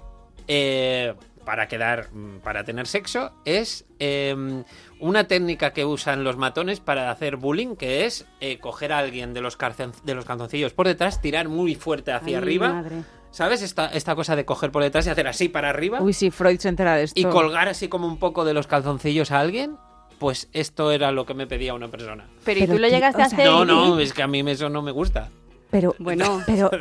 Speaker 3: eh, para quedar, mm, para tener sexo, es eh, una técnica que usan los matones para hacer bullying, que es eh, coger a alguien de los, carcen- de los calzoncillos por detrás, tirar muy fuerte hacia
Speaker 1: Ay,
Speaker 3: arriba.
Speaker 1: madre.
Speaker 3: ¿Sabes? Esta, esta cosa de coger por detrás y hacer así para arriba
Speaker 2: Uy, sí, Freud se entera de esto.
Speaker 3: y colgar así como un poco de los calzoncillos a alguien, pues esto era lo que me pedía una persona.
Speaker 1: Pero, ¿y
Speaker 2: Pero
Speaker 1: tú lo
Speaker 2: qué-
Speaker 1: llegaste
Speaker 2: o
Speaker 1: a
Speaker 2: sea-
Speaker 1: hacer?
Speaker 3: No,
Speaker 1: y-
Speaker 3: no, es que a mí eso no me gusta.
Speaker 2: Pero,
Speaker 1: Bueno.
Speaker 2: pero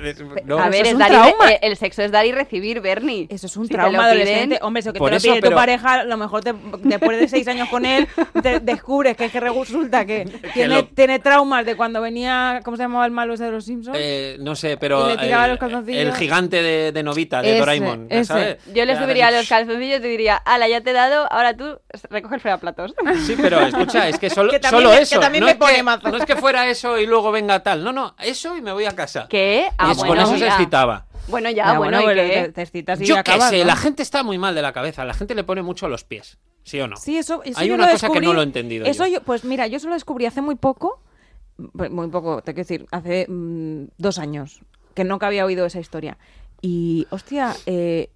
Speaker 3: No.
Speaker 1: a
Speaker 2: eso
Speaker 1: ver,
Speaker 2: es
Speaker 1: es
Speaker 2: un
Speaker 1: dar y re-
Speaker 2: trauma.
Speaker 1: eh, el sexo es dar y recibir, Bernie.
Speaker 2: eso es un
Speaker 1: Si te
Speaker 2: trauma
Speaker 1: lo piden-
Speaker 2: adolescente. Hombre, eso que
Speaker 3: Por
Speaker 2: te lo
Speaker 3: eso,
Speaker 2: pide
Speaker 3: pero-
Speaker 2: tu pareja, a lo mejor te- después de seis años con él, te descubres que, es que resulta que, tiene,
Speaker 3: lo-
Speaker 2: tiene traumas de cuando venía, ¿cómo se llamaba el malo ese de los Simpsons?
Speaker 3: Eh, no sé, pero
Speaker 2: Y le tiraba
Speaker 3: eh,
Speaker 2: los calzoncillos.
Speaker 3: el gigante de, de Novita, de
Speaker 2: Ese,
Speaker 3: Doraemon, ya
Speaker 2: ese.
Speaker 3: ¿sabes?
Speaker 1: Yo le
Speaker 3: Ya,
Speaker 1: subiría
Speaker 3: de-
Speaker 1: los calzoncillos y te diría, ala, ya te he dado, ahora tú recoge el fregaplatos.
Speaker 3: Sí, pero escucha, es que solo,
Speaker 2: Que también
Speaker 3: solo
Speaker 2: me- que
Speaker 3: eso.
Speaker 2: también
Speaker 3: no,
Speaker 2: me
Speaker 3: es
Speaker 2: pone
Speaker 3: que,
Speaker 2: mazo.
Speaker 3: no es que fuera eso y luego venga tal. No, no, eso y me voy a casa.
Speaker 1: ¿Qué? Ah,
Speaker 3: Y es-
Speaker 1: bueno,
Speaker 3: con eso se
Speaker 1: mira.
Speaker 3: excitaba.
Speaker 1: Bueno, ya,
Speaker 2: Ya,
Speaker 1: bueno, ¿y
Speaker 2: pero
Speaker 1: qué?
Speaker 2: te, te excitas y
Speaker 3: Yo qué
Speaker 2: acabas,
Speaker 3: sé,
Speaker 2: ¿no?
Speaker 3: la gente está muy mal de la cabeza. La gente le pone mucho a los pies, ¿sí o no?
Speaker 2: Sí, eso, eso
Speaker 3: Hay
Speaker 2: yo
Speaker 3: una
Speaker 2: lo
Speaker 3: cosa que
Speaker 2: descubrí-
Speaker 3: no lo he entendido
Speaker 2: Eso
Speaker 3: yo.
Speaker 2: yo, pues mira, yo solo descubrí hace muy poco, pues muy poco, te quiero decir, hace mm, dos años, que nunca había oído esa historia. Y, hostia, eh,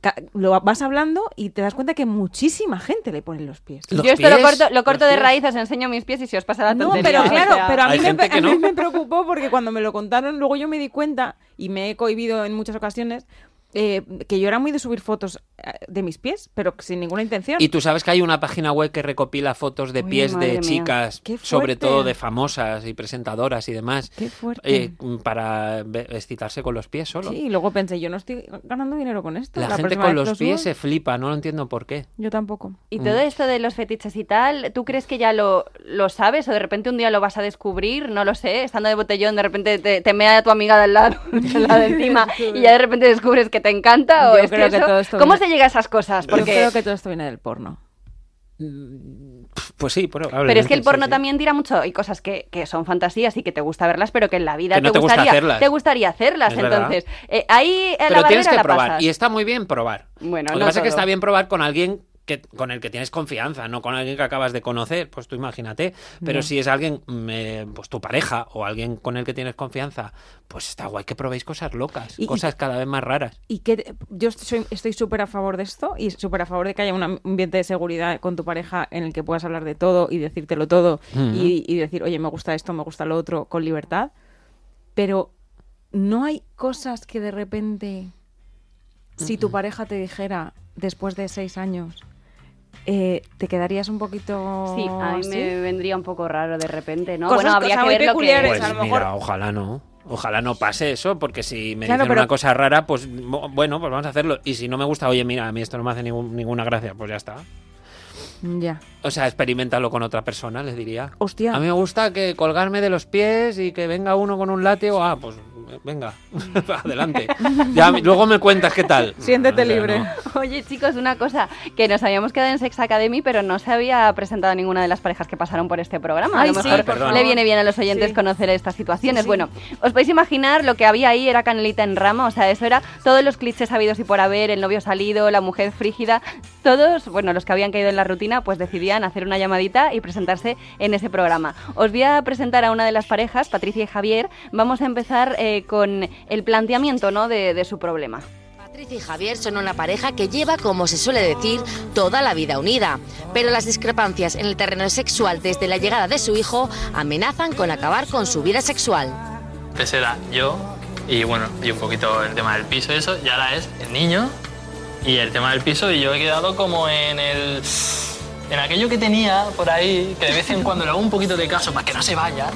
Speaker 2: ca- lo vas hablando y te das cuenta que muchísima gente le pone los pies.
Speaker 3: Los
Speaker 1: Yo esto lo
Speaker 3: pies,
Speaker 1: corto, lo corto
Speaker 3: los
Speaker 1: de
Speaker 3: pies.
Speaker 1: raíz, os enseño mis pies y si os pasa la
Speaker 2: No,
Speaker 1: tontería.
Speaker 2: pero
Speaker 1: o
Speaker 2: claro,
Speaker 1: sea,
Speaker 2: pero a mí,
Speaker 3: Hay
Speaker 2: me,
Speaker 3: gente
Speaker 2: a
Speaker 3: que
Speaker 2: mí
Speaker 3: no.
Speaker 2: me preocupó porque cuando me lo contaron, luego yo me di cuenta, y me he cohibido en muchas ocasiones, eh, que yo era muy de subir fotos eh, de mis pies, pero sin ninguna intención.
Speaker 3: Y tú sabes que hay una página web que recopila fotos de
Speaker 1: Uy,
Speaker 3: pies
Speaker 1: madre
Speaker 3: de
Speaker 1: mía.
Speaker 3: chicas,
Speaker 2: Qué
Speaker 3: sobre
Speaker 2: fuerte.
Speaker 3: todo de famosas y presentadoras y demás,
Speaker 2: Qué fuerte.
Speaker 3: eh, para ve- excitarse con los pies solo.
Speaker 2: Sí, y luego pensé, yo no estoy ganando dinero con esto.
Speaker 3: La, gente
Speaker 2: próxima
Speaker 3: con
Speaker 2: vez
Speaker 3: los
Speaker 2: lo subo.
Speaker 3: pies se flipa, no lo entiendo por qué.
Speaker 2: Yo tampoco.
Speaker 1: Y todo esto de los fetiches y tal, ¿tú crees que ya lo, lo sabes o de repente un día lo vas a descubrir? No lo sé, estando de botellón, de repente te, te mea a tu amiga de al lado, de al lado de encima, y ya de repente descubres que te encanta o
Speaker 2: Yo
Speaker 1: es
Speaker 2: creo que
Speaker 1: eso-
Speaker 2: todo esto
Speaker 1: ¿Cómo
Speaker 2: viene-
Speaker 1: se llega a esas cosas?
Speaker 2: Yo
Speaker 1: Porque...
Speaker 2: creo que todo esto viene del porno.
Speaker 3: Pues sí, probablemente.
Speaker 1: Pero es que el
Speaker 3: sí,
Speaker 1: porno
Speaker 3: sí.
Speaker 1: también tira mucho. Hay cosas que, que son fantasías y que te gusta verlas, pero que en la vida
Speaker 3: Que no
Speaker 1: te,
Speaker 3: te gusta
Speaker 1: gustaría,
Speaker 3: hacerlas.
Speaker 1: te gustaría hacerlas.
Speaker 3: Es verdad.
Speaker 1: entonces, eh, ahí eh, la
Speaker 3: Pero tienes
Speaker 1: barrera
Speaker 3: que
Speaker 1: la
Speaker 3: probar.
Speaker 1: pasas.
Speaker 3: Y está muy bien probar.
Speaker 1: Bueno,
Speaker 3: Lo que
Speaker 1: no
Speaker 3: pasa es
Speaker 1: todo.
Speaker 3: que está bien probar con alguien que, con el que tienes confianza, no con alguien que acabas de conocer. Pues tú imagínate. Pero si es alguien, mm, eh, pues tu pareja o alguien con el que tienes confianza, pues está guay que probéis cosas locas,
Speaker 2: Y- y-
Speaker 3: cosas cada vez más raras.
Speaker 2: Y que yo estoy soy- estoy súper a favor de esto y súper a favor de que haya un am- ambiente de seguridad con tu pareja en el que puedas hablar de todo y decírtelo todo y, y decir, oye, me gusta esto, me gusta lo otro, con libertad. Pero no hay cosas que de repente, si tu pareja te dijera después de seis años, eh, te quedarías un poquito.
Speaker 1: Sí, a mí
Speaker 2: así?
Speaker 1: me vendría un poco raro de repente, ¿no?
Speaker 2: Cosas-
Speaker 1: bueno, habría
Speaker 2: cosas
Speaker 1: que
Speaker 2: muy
Speaker 1: ver lo que...
Speaker 2: peculiares,
Speaker 3: Pues
Speaker 2: a lo
Speaker 3: mira,
Speaker 2: mejor-
Speaker 3: ojalá no. Ojalá no pase eso, porque si me
Speaker 2: Claro,
Speaker 3: dicen
Speaker 2: pero-
Speaker 3: una cosa rara, pues mo- bueno, pues vamos a hacerlo. Y si no me gusta, oye, mira, a mí esto no me hace ningún- ninguna gracia, pues ya está.
Speaker 2: Ya.
Speaker 3: O sea, experimentalo con otra persona, les diría.
Speaker 2: Hostia.
Speaker 3: A mí me gusta que colgarme de los pies y que venga uno con un látigo. Ah, pues eh, venga, adelante. Ya, luego me cuentas qué tal.
Speaker 2: Siéntete
Speaker 3: O sea,
Speaker 2: libre.
Speaker 3: no.
Speaker 1: Oye, chicos, una cosa, que nos habíamos quedado en Sex Academy, pero no se había presentado ninguna de las parejas que pasaron por este programa.
Speaker 2: Ay,
Speaker 1: a lo
Speaker 2: sí,
Speaker 1: mejor
Speaker 3: por favor.
Speaker 1: le viene bien a los oyentes
Speaker 2: Sí.
Speaker 1: conocer estas situaciones. Bueno, os podéis imaginar lo que había ahí era canelita en rama, o sea, eso era todos los clichés habidos y por haber, el novio salido, la mujer frígida, todos, bueno, los que habían caído en la rutina, pues decidían hacer una llamadita y presentarse en ese programa. Os voy a presentar a una de las parejas, Patricia y Javier. Vamos a empezar eh, con el planteamiento, ¿no?, de- de su problema.
Speaker 9: Patricia y Javier son una pareja que lleva, como se suele decir, toda la vida unida. Pero las discrepancias en el terreno sexual desde la llegada de su hijo amenazan con acabar con su vida sexual.
Speaker 10: Antes era yo y bueno, y un poquito el tema del piso y eso, y ahora es el niño y el tema del piso y yo he quedado como en el... En aquello que tenía por ahí, que de vez en cuando le hago un poquito de caso para que no se vaya.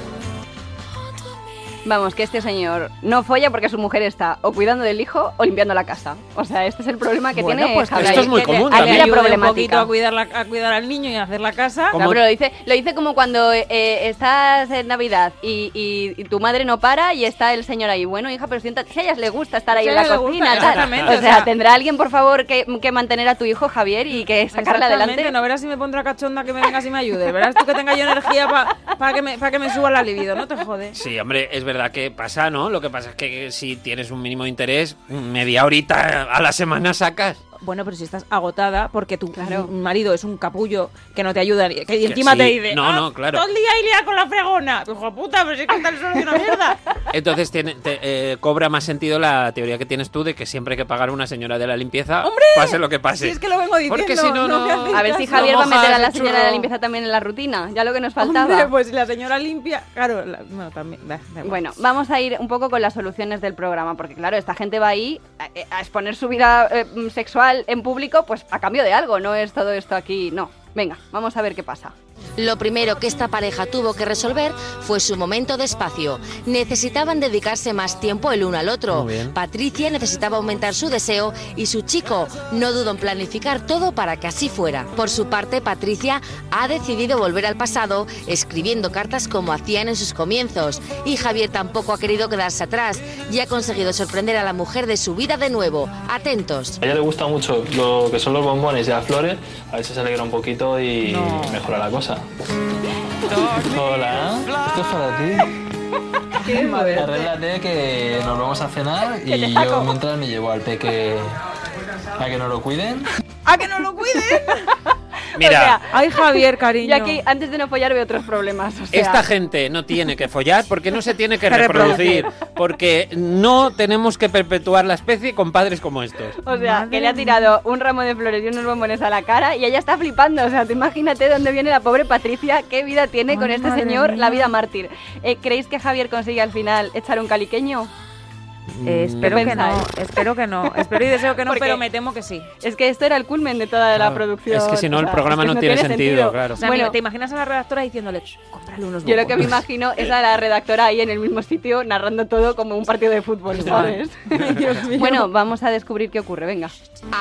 Speaker 1: Vamos, que este señor no folla porque su mujer está o cuidando del hijo o limpiando la casa. O sea, este es el problema que
Speaker 2: Bueno,
Speaker 1: tiene
Speaker 2: pues
Speaker 1: Javier.
Speaker 3: esto es muy común
Speaker 1: Aquí
Speaker 3: también.
Speaker 1: la
Speaker 2: Ayude un poquito
Speaker 1: problemática.
Speaker 2: a cuidar, la- a cuidar al niño y a hacer la casa.
Speaker 1: No, pero lo dice, lo dice como cuando eh, eh, estás en Navidad y, y- y tu madre no para y está el señor ahí. Bueno, hija, pero siéntate, si a ellas le gusta estar ahí
Speaker 2: Si a
Speaker 1: en la
Speaker 2: ellas le
Speaker 1: cocina.
Speaker 2: gusta,
Speaker 1: tal.
Speaker 2: exactamente,
Speaker 1: O
Speaker 2: o
Speaker 1: sea,
Speaker 2: sea-
Speaker 1: tendrá alguien, por favor, que, que mantener a tu hijo, Javier, y que sacarle
Speaker 2: Exactamente,
Speaker 1: adelante.
Speaker 2: No verás si me pondrá cachonda que me vengas y me ayudes. Verás tú que tenga yo energía para Para que me, para que me suba la libido, no te jodes.
Speaker 3: Sí, hombre, es verdad que pasa, ¿no? Lo que pasa es que si tienes un mínimo de interés, media horita a la semana sacas.
Speaker 2: Bueno, pero si estás agotada porque tu marido es un capullo que no te ayuda, que encima
Speaker 3: sí.
Speaker 2: te dice,
Speaker 3: No,
Speaker 2: "Ah,
Speaker 3: no, claro.
Speaker 2: todo el día y lía con la fregona. Hijo puta, pero si es que está el suelo de una mierda.
Speaker 3: Entonces tiene- te, eh, cobra más sentido la teoría que tienes tú de que siempre hay que pagar una señora de la limpieza, pase lo que pase.
Speaker 2: Si es que lo vengo diciendo.
Speaker 3: Porque si no, no-
Speaker 2: me hacen
Speaker 1: A ver si
Speaker 2: caso.
Speaker 1: Javier va a meter a la señora de la limpieza también en la rutina, ya lo que nos faltaba.
Speaker 2: Hombre, pues si la señora limpia, claro, la- no, también. da- da igual.
Speaker 1: Bueno, vamos a ir un poco con las soluciones del programa, porque claro, esta gente va ahí a, a exponer su vida eh, mm, sexual en público, pues a cambio de algo, no es todo esto aquí, no. Venga, vamos a ver qué pasa.
Speaker 9: Lo primero que esta pareja tuvo que resolver fue su momento de espacio. Necesitaban dedicarse más tiempo el uno al otro.
Speaker 11: Muy bien.
Speaker 9: Patricia necesitaba aumentar su deseo y su chico no dudó en planificar todo para que así fuera. Por su parte, Patricia ha decidido volver al pasado escribiendo cartas como hacían en sus comienzos. Y Javier tampoco ha querido quedarse atrás y ha conseguido sorprender a la mujer de su vida de nuevo. Atentos.
Speaker 10: A ella le gusta mucho lo que son los bombones y las flores. A ver si se alegra un poquito y mejora la cosa. Hola, esto es para ti. Arréglate que nos vamos a cenar
Speaker 2: Este- Que te
Speaker 10: y
Speaker 2: saco.
Speaker 10: yo mientras me llevo al peque a que no lo cuiden.
Speaker 2: ¡A que no lo cuide!
Speaker 3: Mira,
Speaker 2: ay Javier, cariño.
Speaker 1: Yo aquí antes de no follar veo otros problemas. o sea,
Speaker 3: Esta gente no tiene que follar porque no se tiene que
Speaker 1: Que
Speaker 3: reproducir,
Speaker 1: reproducir.
Speaker 3: porque no tenemos que perpetuar la especie con padres como estos.
Speaker 1: o sea, que le ha tirado un ramo de flores y unos bombones a la cara y ella está flipando. O sea, te imagínate dónde viene la pobre Patricia, qué vida tiene con este señor, la vida mártir. Eh, ¿Creéis que Javier consigue al final echar un caliqueño?
Speaker 2: Eh, espero
Speaker 1: ¿Qué
Speaker 2: que no,
Speaker 1: pensáis?
Speaker 2: espero que no, espero y deseo que no,
Speaker 1: Porque
Speaker 2: pero me temo que sí.
Speaker 1: Es que esto era el culmen de toda la producción.
Speaker 3: Es que si no,
Speaker 1: o
Speaker 3: el
Speaker 1: sea,
Speaker 3: programa
Speaker 1: es que
Speaker 3: no tiene sentido, claro.
Speaker 2: O sea,
Speaker 1: Bueno,
Speaker 2: mira, te imaginas a la redactora diciéndole, "Shh, cómprale unos
Speaker 1: Yo lo que me
Speaker 2: bombones".
Speaker 1: imagino es a la redactora ahí en el mismo sitio narrando todo como un partido de fútbol, ¿sabes? Bueno, vamos a descubrir qué ocurre, venga.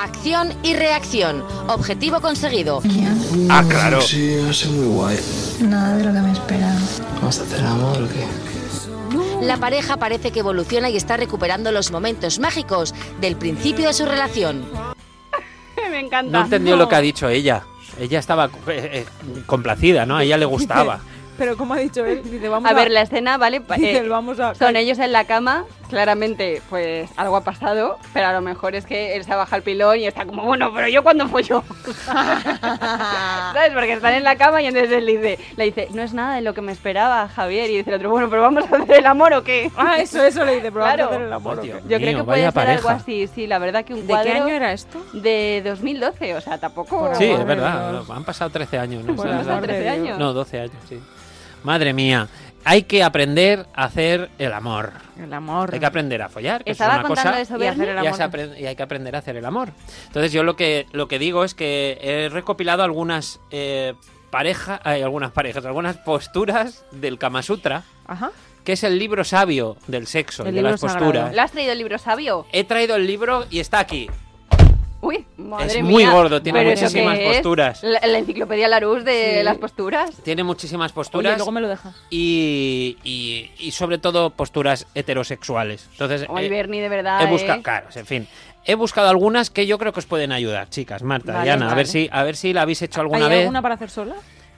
Speaker 9: Acción y reacción. Objetivo conseguido.
Speaker 3: Ah, claro.
Speaker 12: Sí, ha sido muy guay.
Speaker 9: Nada de lo que me esperaba.
Speaker 12: ¿Vamos a hacer amor o qué?
Speaker 9: La pareja parece que evoluciona y está recuperando los momentos mágicos del principio de su relación.
Speaker 1: me encanta.
Speaker 3: No entendió lo que ha dicho ella. Ella estaba eh, eh, complacida, ¿no? A ella le gustaba.
Speaker 2: Pero como ha dicho él, dice, vamos
Speaker 1: A ver, la escena, ¿vale? Pa-
Speaker 2: Dice,
Speaker 1: eh,
Speaker 2: vamos a...
Speaker 1: Son ellos en la cama, claramente, pues algo ha pasado, pero a lo mejor es que él se baja al pilón y está como, bueno, pero yo cuando fue yo. ¿Sabes? Porque están en la cama y entonces él le dice, le dice, no es nada de lo que me esperaba, Javier. Y dice el otro, bueno, pero vamos a hacer el amor o qué.
Speaker 2: Ah, eso, eso le dice, pero vamos a
Speaker 1: Claro.
Speaker 2: hacer el amor.
Speaker 3: Oh, Dios
Speaker 1: Yo creo
Speaker 3: mío,
Speaker 1: que puede
Speaker 3: vaya
Speaker 1: ser algo
Speaker 3: pareja.
Speaker 1: así, sí, la verdad que un
Speaker 2: ¿De qué
Speaker 1: cuadro...
Speaker 2: año era esto?
Speaker 1: De 2012, o sea, tampoco...
Speaker 3: Sí, es verdad. Han pasado 13 años, ¿no?
Speaker 1: Por el amor de 13 Dios. años.
Speaker 3: No, 12 años, sí. Madre mía. Hay que aprender a hacer el amor.
Speaker 2: El amor.
Speaker 3: Hay que aprender a follar. que
Speaker 1: Estaba
Speaker 3: es una
Speaker 1: contando
Speaker 3: cosa,
Speaker 1: eso, Y hacer Bernie. el
Speaker 3: y
Speaker 1: amor.
Speaker 3: se apren- y hay que aprender a hacer el amor. Entonces yo lo que lo que digo es que he recopilado algunas eh, parejas, algunas parejas, algunas posturas del Kama Sutra,
Speaker 2: Ajá.
Speaker 3: que es el libro sabio del sexo, y
Speaker 2: El
Speaker 3: de
Speaker 2: libro
Speaker 3: las
Speaker 2: sagrado.
Speaker 3: posturas.
Speaker 1: ¿Lo has traído el libro sabio?
Speaker 3: He traído el libro y está aquí.
Speaker 1: Uy, madre
Speaker 3: Es
Speaker 1: mía.
Speaker 3: muy gordo, tiene
Speaker 1: ¿Pero eso
Speaker 3: muchísimas
Speaker 1: qué es?
Speaker 3: posturas.
Speaker 1: La, la enciclopedia Larousse de
Speaker 2: Sí.
Speaker 1: las posturas.
Speaker 3: Tiene muchísimas posturas.
Speaker 2: Oye, luego me lo dejas.
Speaker 3: y, y- y sobre todo posturas heterosexuales. Entonces,
Speaker 1: Hoy
Speaker 3: eh,
Speaker 1: Bernie, de verdad.
Speaker 3: he buscado,
Speaker 1: ¿eh?
Speaker 3: claro, en fin. He buscado algunas que yo creo que os pueden ayudar, chicas, Marta,
Speaker 2: Vale,
Speaker 3: Diana, a ver
Speaker 2: vale.
Speaker 3: si a ver si la habéis hecho
Speaker 2: ¿Hay
Speaker 3: alguna vez.
Speaker 2: alguna para hacer sola?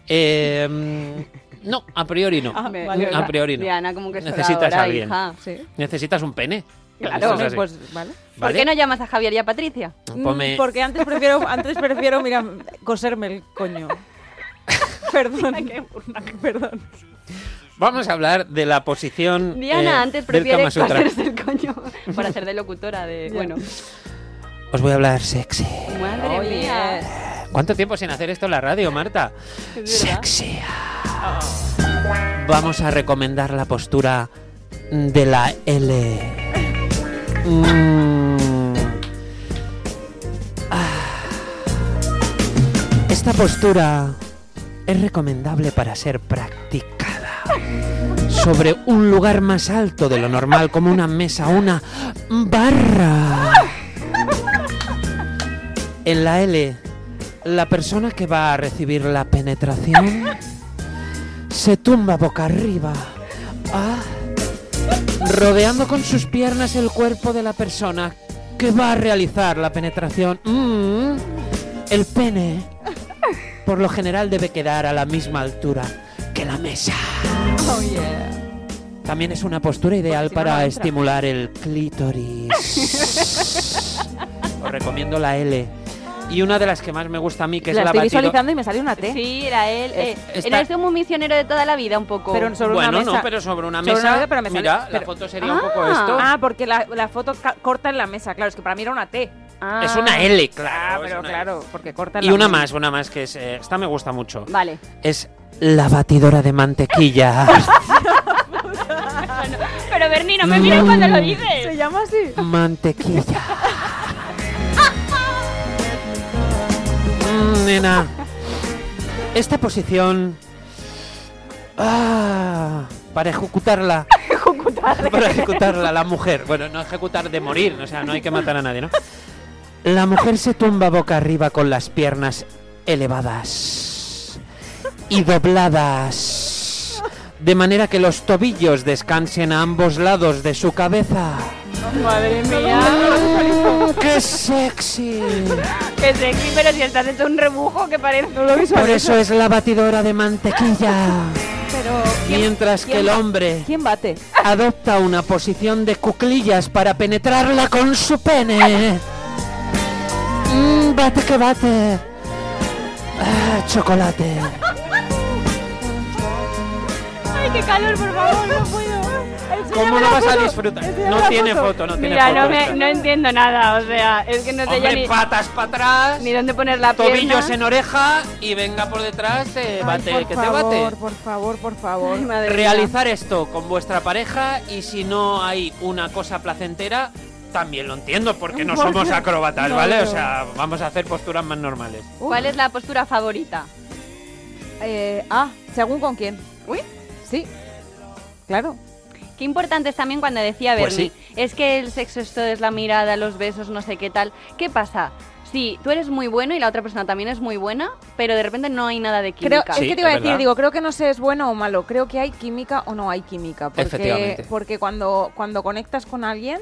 Speaker 3: Eh, mm, no, a priori no.
Speaker 2: Ah,
Speaker 1: Me-
Speaker 2: vale,
Speaker 3: a priori no.
Speaker 1: Diana, como que es
Speaker 3: Necesitas
Speaker 1: ahora,
Speaker 3: a alguien.
Speaker 1: hija.
Speaker 2: Sí.
Speaker 3: Necesitas un pene.
Speaker 1: Claro.
Speaker 3: Eso es así.
Speaker 2: Pues, vale.
Speaker 1: ¿Por
Speaker 3: ¿Vale?
Speaker 1: qué no llamas a Javier y a Patricia?
Speaker 3: Ponme-
Speaker 2: Mm, Porque antes prefiero, antes prefiero, mira, coserme el coño. Perdón. Perdón.
Speaker 3: Vamos a hablar de la posición
Speaker 1: Diana,
Speaker 3: eh,
Speaker 1: antes
Speaker 3: del
Speaker 1: prefiere
Speaker 3: Kama Sutra.
Speaker 1: hacerse el coño para ser de locutora de... Bueno,
Speaker 3: Os voy a hablar sexy.
Speaker 1: madre mía.
Speaker 3: ¿Cuánto tiempo sin hacer esto en la radio, Marta?
Speaker 1: Es verdad.
Speaker 3: Sexy. Vamos a recomendar la postura de la L. Mm. Ah. Esta postura es recomendable para ser practicada sobre un lugar más alto de lo normal, como una mesa, una barra. En la L, la persona que va a recibir la penetración se tumba boca arriba, ah, rodeando con sus piernas el cuerpo de la persona que va a realizar la penetración. Mm, el pene, por lo general, debe quedar a la misma altura que la mesa.
Speaker 1: Oh, yeah.
Speaker 3: También es una postura ideal
Speaker 1: si no, no
Speaker 3: para
Speaker 1: entra.
Speaker 3: estimular el clítoris. Os recomiendo la L. Y una de las que más me gusta a mí, que
Speaker 2: la
Speaker 3: es la
Speaker 2: estoy
Speaker 3: batido-
Speaker 2: visualizando y me sale una T.
Speaker 1: Sí, era él. eh,
Speaker 3: Está-
Speaker 1: Era este un misionero de toda la vida, un poco.
Speaker 2: Pero sobre
Speaker 3: bueno,
Speaker 2: una mesa.
Speaker 3: no, pero sobre una
Speaker 2: Sobre
Speaker 3: mesa.
Speaker 2: una mesa, pero me sale-
Speaker 3: mira, la
Speaker 2: pero-
Speaker 3: foto sería un poco esto.
Speaker 2: Ah, porque la, la foto ca- corta en la mesa, claro, es que para mí era una T.
Speaker 3: Es una E. L, claro.
Speaker 2: Ah,
Speaker 3: es
Speaker 2: pero
Speaker 3: una
Speaker 2: claro, porque corta en
Speaker 3: L. Y
Speaker 2: la
Speaker 3: una
Speaker 2: mesa.
Speaker 3: más, una más que es. eh, esta me gusta mucho.
Speaker 1: Vale.
Speaker 3: Es la batidora de mantequilla.
Speaker 1: Pero Berni, no me mires cuando lo dices.
Speaker 2: Se llama así.
Speaker 3: mantequilla. Mm, nena, esta posición. Ah, para ejecutarla. Para ejecutarla, la mujer. Bueno, no ejecutar de morir, o sea, no hay que matar a nadie, ¿no? La mujer se tumba boca arriba con las piernas elevadas y dobladas, de manera que los tobillos descansen a ambos lados de su cabeza.
Speaker 2: Madre
Speaker 3: mía. ¡Qué sexy!
Speaker 1: Qué sexy, pero si estás hecho un rebujo que parece. No lo
Speaker 3: Por eso es la batidora de mantequilla.
Speaker 2: Pero.
Speaker 3: Mientras que el hombre
Speaker 2: ¿Quién bate?
Speaker 3: adopta una posición de cuclillas para penetrarla con su pene. Mm, bate que bate. Ah, chocolate.
Speaker 1: Ay, qué calor, por favor, no puedo.
Speaker 3: ¿Cómo lo vas a disfrutar? No tiene foto, no tiene
Speaker 1: Mira,
Speaker 3: foto.
Speaker 1: no, me, no entiendo nada, o sea, es que no sé ya
Speaker 3: Hombre,
Speaker 1: ni,
Speaker 3: patas para atrás,
Speaker 1: ni dónde poner la pierna.
Speaker 3: tobillos en oreja y venga por detrás, eh, bate,
Speaker 2: Por
Speaker 3: que
Speaker 2: favor,
Speaker 3: te bate.
Speaker 2: por favor, por favor.
Speaker 1: Ay, madre mía.
Speaker 3: Realizar esto con vuestra pareja y si no hay una cosa placentera, también lo entiendo porque no
Speaker 2: Porque-
Speaker 3: somos acróbatas,
Speaker 2: no,
Speaker 3: ¿vale? O
Speaker 2: no.
Speaker 3: sea, vamos a hacer posturas más normales.
Speaker 1: ¿Cuál es la postura favorita?
Speaker 2: Eh, ah, según con quién.
Speaker 1: Uy.
Speaker 2: Sí. Claro.
Speaker 1: Qué importante es también cuando decía Bernie,
Speaker 3: Pues
Speaker 1: es que el sexo esto es la mirada, los besos, no sé qué tal. ¿Qué pasa? Si tú eres muy bueno y la otra persona también es muy buena, pero de repente no hay nada de
Speaker 2: Creo,
Speaker 1: química.
Speaker 2: es
Speaker 3: Sí,
Speaker 2: que te iba a
Speaker 3: es
Speaker 2: decir,
Speaker 3: verdad.
Speaker 2: digo, creo que no sé es bueno o malo, creo que hay química o no hay química. Porque,
Speaker 3: Efectivamente.
Speaker 2: porque cuando, cuando conectas con alguien,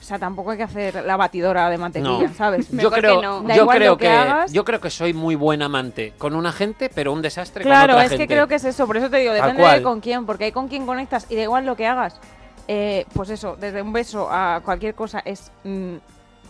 Speaker 2: o sea, tampoco hay que hacer la batidora de mantequilla,
Speaker 3: No.
Speaker 2: ¿sabes?
Speaker 1: Me-
Speaker 3: Yo
Speaker 1: Mejor
Speaker 3: creo,
Speaker 1: que no.
Speaker 2: Da
Speaker 3: yo
Speaker 2: igual
Speaker 3: creo
Speaker 2: lo que
Speaker 3: que,
Speaker 2: hagas.
Speaker 3: yo creo que soy muy buen amante con una gente, pero un desastre con
Speaker 2: Claro,
Speaker 3: otra
Speaker 2: es
Speaker 3: gente.
Speaker 2: que creo que es eso, por eso te digo,
Speaker 3: Tal
Speaker 2: depende de
Speaker 3: cual.
Speaker 2: con quién, porque hay con quién conectas y da igual lo que hagas. Eh, pues eso, desde un beso a cualquier cosa es... mm,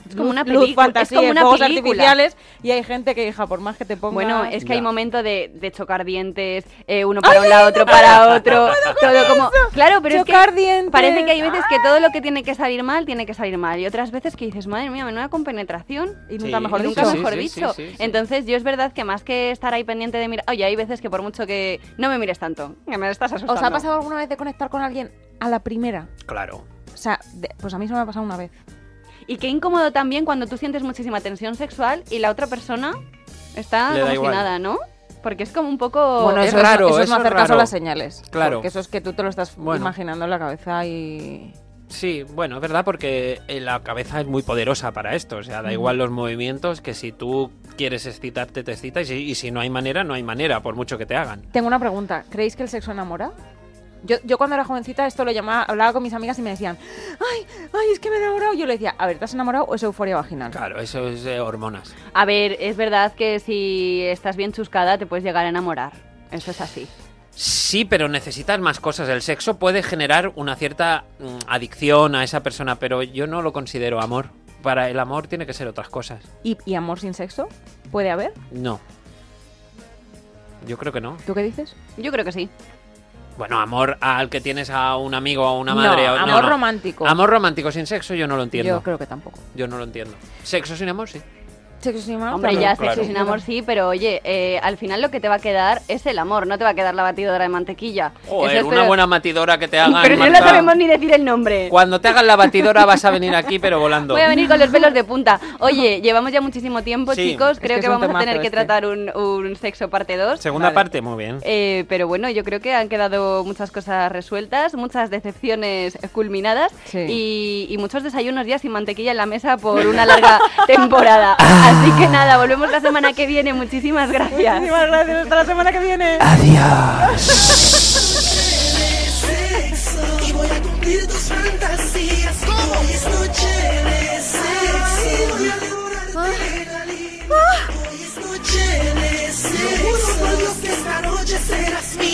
Speaker 1: Es como una
Speaker 2: luz,
Speaker 1: película, es
Speaker 2: fantasía,
Speaker 1: como una
Speaker 2: fuegos
Speaker 1: película.
Speaker 2: artificiales y hay gente que, hija, por más que te ponga...
Speaker 1: Bueno, es que hay
Speaker 3: Ya.
Speaker 1: momento de, de chocar dientes, eh,
Speaker 3: Ah,
Speaker 1: uno para un lado, otro para otro, todo como... Claro, pero
Speaker 2: Chocar
Speaker 1: es que
Speaker 2: dientes.
Speaker 1: parece que hay veces
Speaker 3: Ah.
Speaker 1: que todo lo que tiene que salir mal, tiene que salir mal. Y otras veces que dices, madre mía, menuda compenetración.
Speaker 2: Y nunca
Speaker 3: Sí,
Speaker 2: mejor
Speaker 1: Y
Speaker 3: sí,
Speaker 2: dicho.
Speaker 1: nunca mejor
Speaker 3: sí,
Speaker 1: dicho.
Speaker 3: sí, sí, sí.
Speaker 1: Entonces, yo es verdad que más que estar ahí pendiente de mirar... Oye, hay veces que por mucho que... No me mires tanto, que me estás asustando.
Speaker 2: ¿Os ha pasado alguna vez de conectar con alguien a la primera?
Speaker 3: Claro.
Speaker 2: O sea, de- pues a mí se me ha pasado una vez.
Speaker 1: Y qué incómodo también cuando tú sientes muchísima tensión sexual y la otra persona está
Speaker 3: Le da
Speaker 1: como si
Speaker 3: igual.
Speaker 1: nada, ¿no? Porque es como un poco...
Speaker 2: bueno,
Speaker 3: es
Speaker 2: Oh, eso, es-
Speaker 3: raro,
Speaker 2: eso es
Speaker 3: eso
Speaker 2: no
Speaker 3: es
Speaker 2: hacer caso a
Speaker 3: raro.
Speaker 2: las señales.
Speaker 3: Claro.
Speaker 2: Porque eso es que tú te lo estás
Speaker 3: Bueno.
Speaker 2: imaginando en la cabeza y...
Speaker 3: Sí, bueno, es verdad porque eh, la cabeza es muy poderosa para esto, o sea, da igual los movimientos que si tú quieres excitarte, te excita y si, y si no hay manera, no hay manera, por mucho que te hagan.
Speaker 2: Tengo una pregunta. ¿Creéis que el sexo enamora? Yo, yo cuando era jovencita esto lo llamaba, hablaba con mis amigas y me decían, ay, ay, es que me he enamorado. Yo le decía, a ver, ¿te has enamorado o es euforia vaginal?
Speaker 3: Claro, eso es eh, hormonas.
Speaker 1: A ver, es verdad que si estás bien chuscada te puedes llegar a enamorar. Eso es así.
Speaker 3: Sí, pero necesitas más cosas. El sexo puede generar una cierta mm, adicción a esa persona, pero yo no lo considero amor. Para el amor tiene que ser otras cosas.
Speaker 2: ¿Y, y amor sin sexo? ¿Puede haber?
Speaker 3: No. Yo creo que no.
Speaker 2: ¿Tú qué dices?
Speaker 1: Yo creo que sí.
Speaker 3: Bueno, amor al que tienes a un amigo o una madre.
Speaker 2: no,
Speaker 3: o-
Speaker 2: amor romántico.
Speaker 3: Amor romántico sin sexo yo no lo entiendo.
Speaker 2: Yo creo que tampoco.
Speaker 3: Yo no lo entiendo. Sexo sin amor, sí.
Speaker 2: ¿Sexo sin amor?
Speaker 1: Hombre,
Speaker 2: tampoco.
Speaker 1: ya
Speaker 3: claro.
Speaker 1: sexo sin amor sí, pero oye, eh, al final lo que te va a quedar es el amor, no te va a quedar la batidora de mantequilla.
Speaker 3: Joder,
Speaker 1: Eso
Speaker 3: una
Speaker 1: espero-
Speaker 3: buena matidora que te hagan.
Speaker 1: Pero no la
Speaker 3: Marta.
Speaker 1: sabemos ni decir el nombre.
Speaker 3: Cuando te hagan la batidora vas a venir aquí, pero volando.
Speaker 1: Voy a venir con los pelos de punta. Oye, llevamos ya muchísimo tiempo,
Speaker 3: Sí.
Speaker 1: chicos.
Speaker 2: Es
Speaker 1: Creo
Speaker 2: que
Speaker 1: que,
Speaker 2: es un
Speaker 1: vamos a
Speaker 2: temazo
Speaker 1: tener que
Speaker 2: este.
Speaker 1: tratar un, un sexo parte 2.
Speaker 3: Segunda parte, muy bien.
Speaker 1: Eh, pero bueno, yo creo que han quedado muchas cosas resueltas, muchas decepciones culminadas
Speaker 2: Sí.
Speaker 1: y, y muchos desayunos ya sin mantequilla en la mesa por una larga temporada. Así que nada, volvemos la semana que viene. Muchísimas gracias.
Speaker 2: Muchísimas gracias. Hasta la semana que viene.
Speaker 12: Y voy a cumplir tus fantasías. ¿Cómo? Hoy es noche de sexo. Voy a devorarte la lengua. Hoy es noche de sexo. Juro por Dios que esta noche serás mía.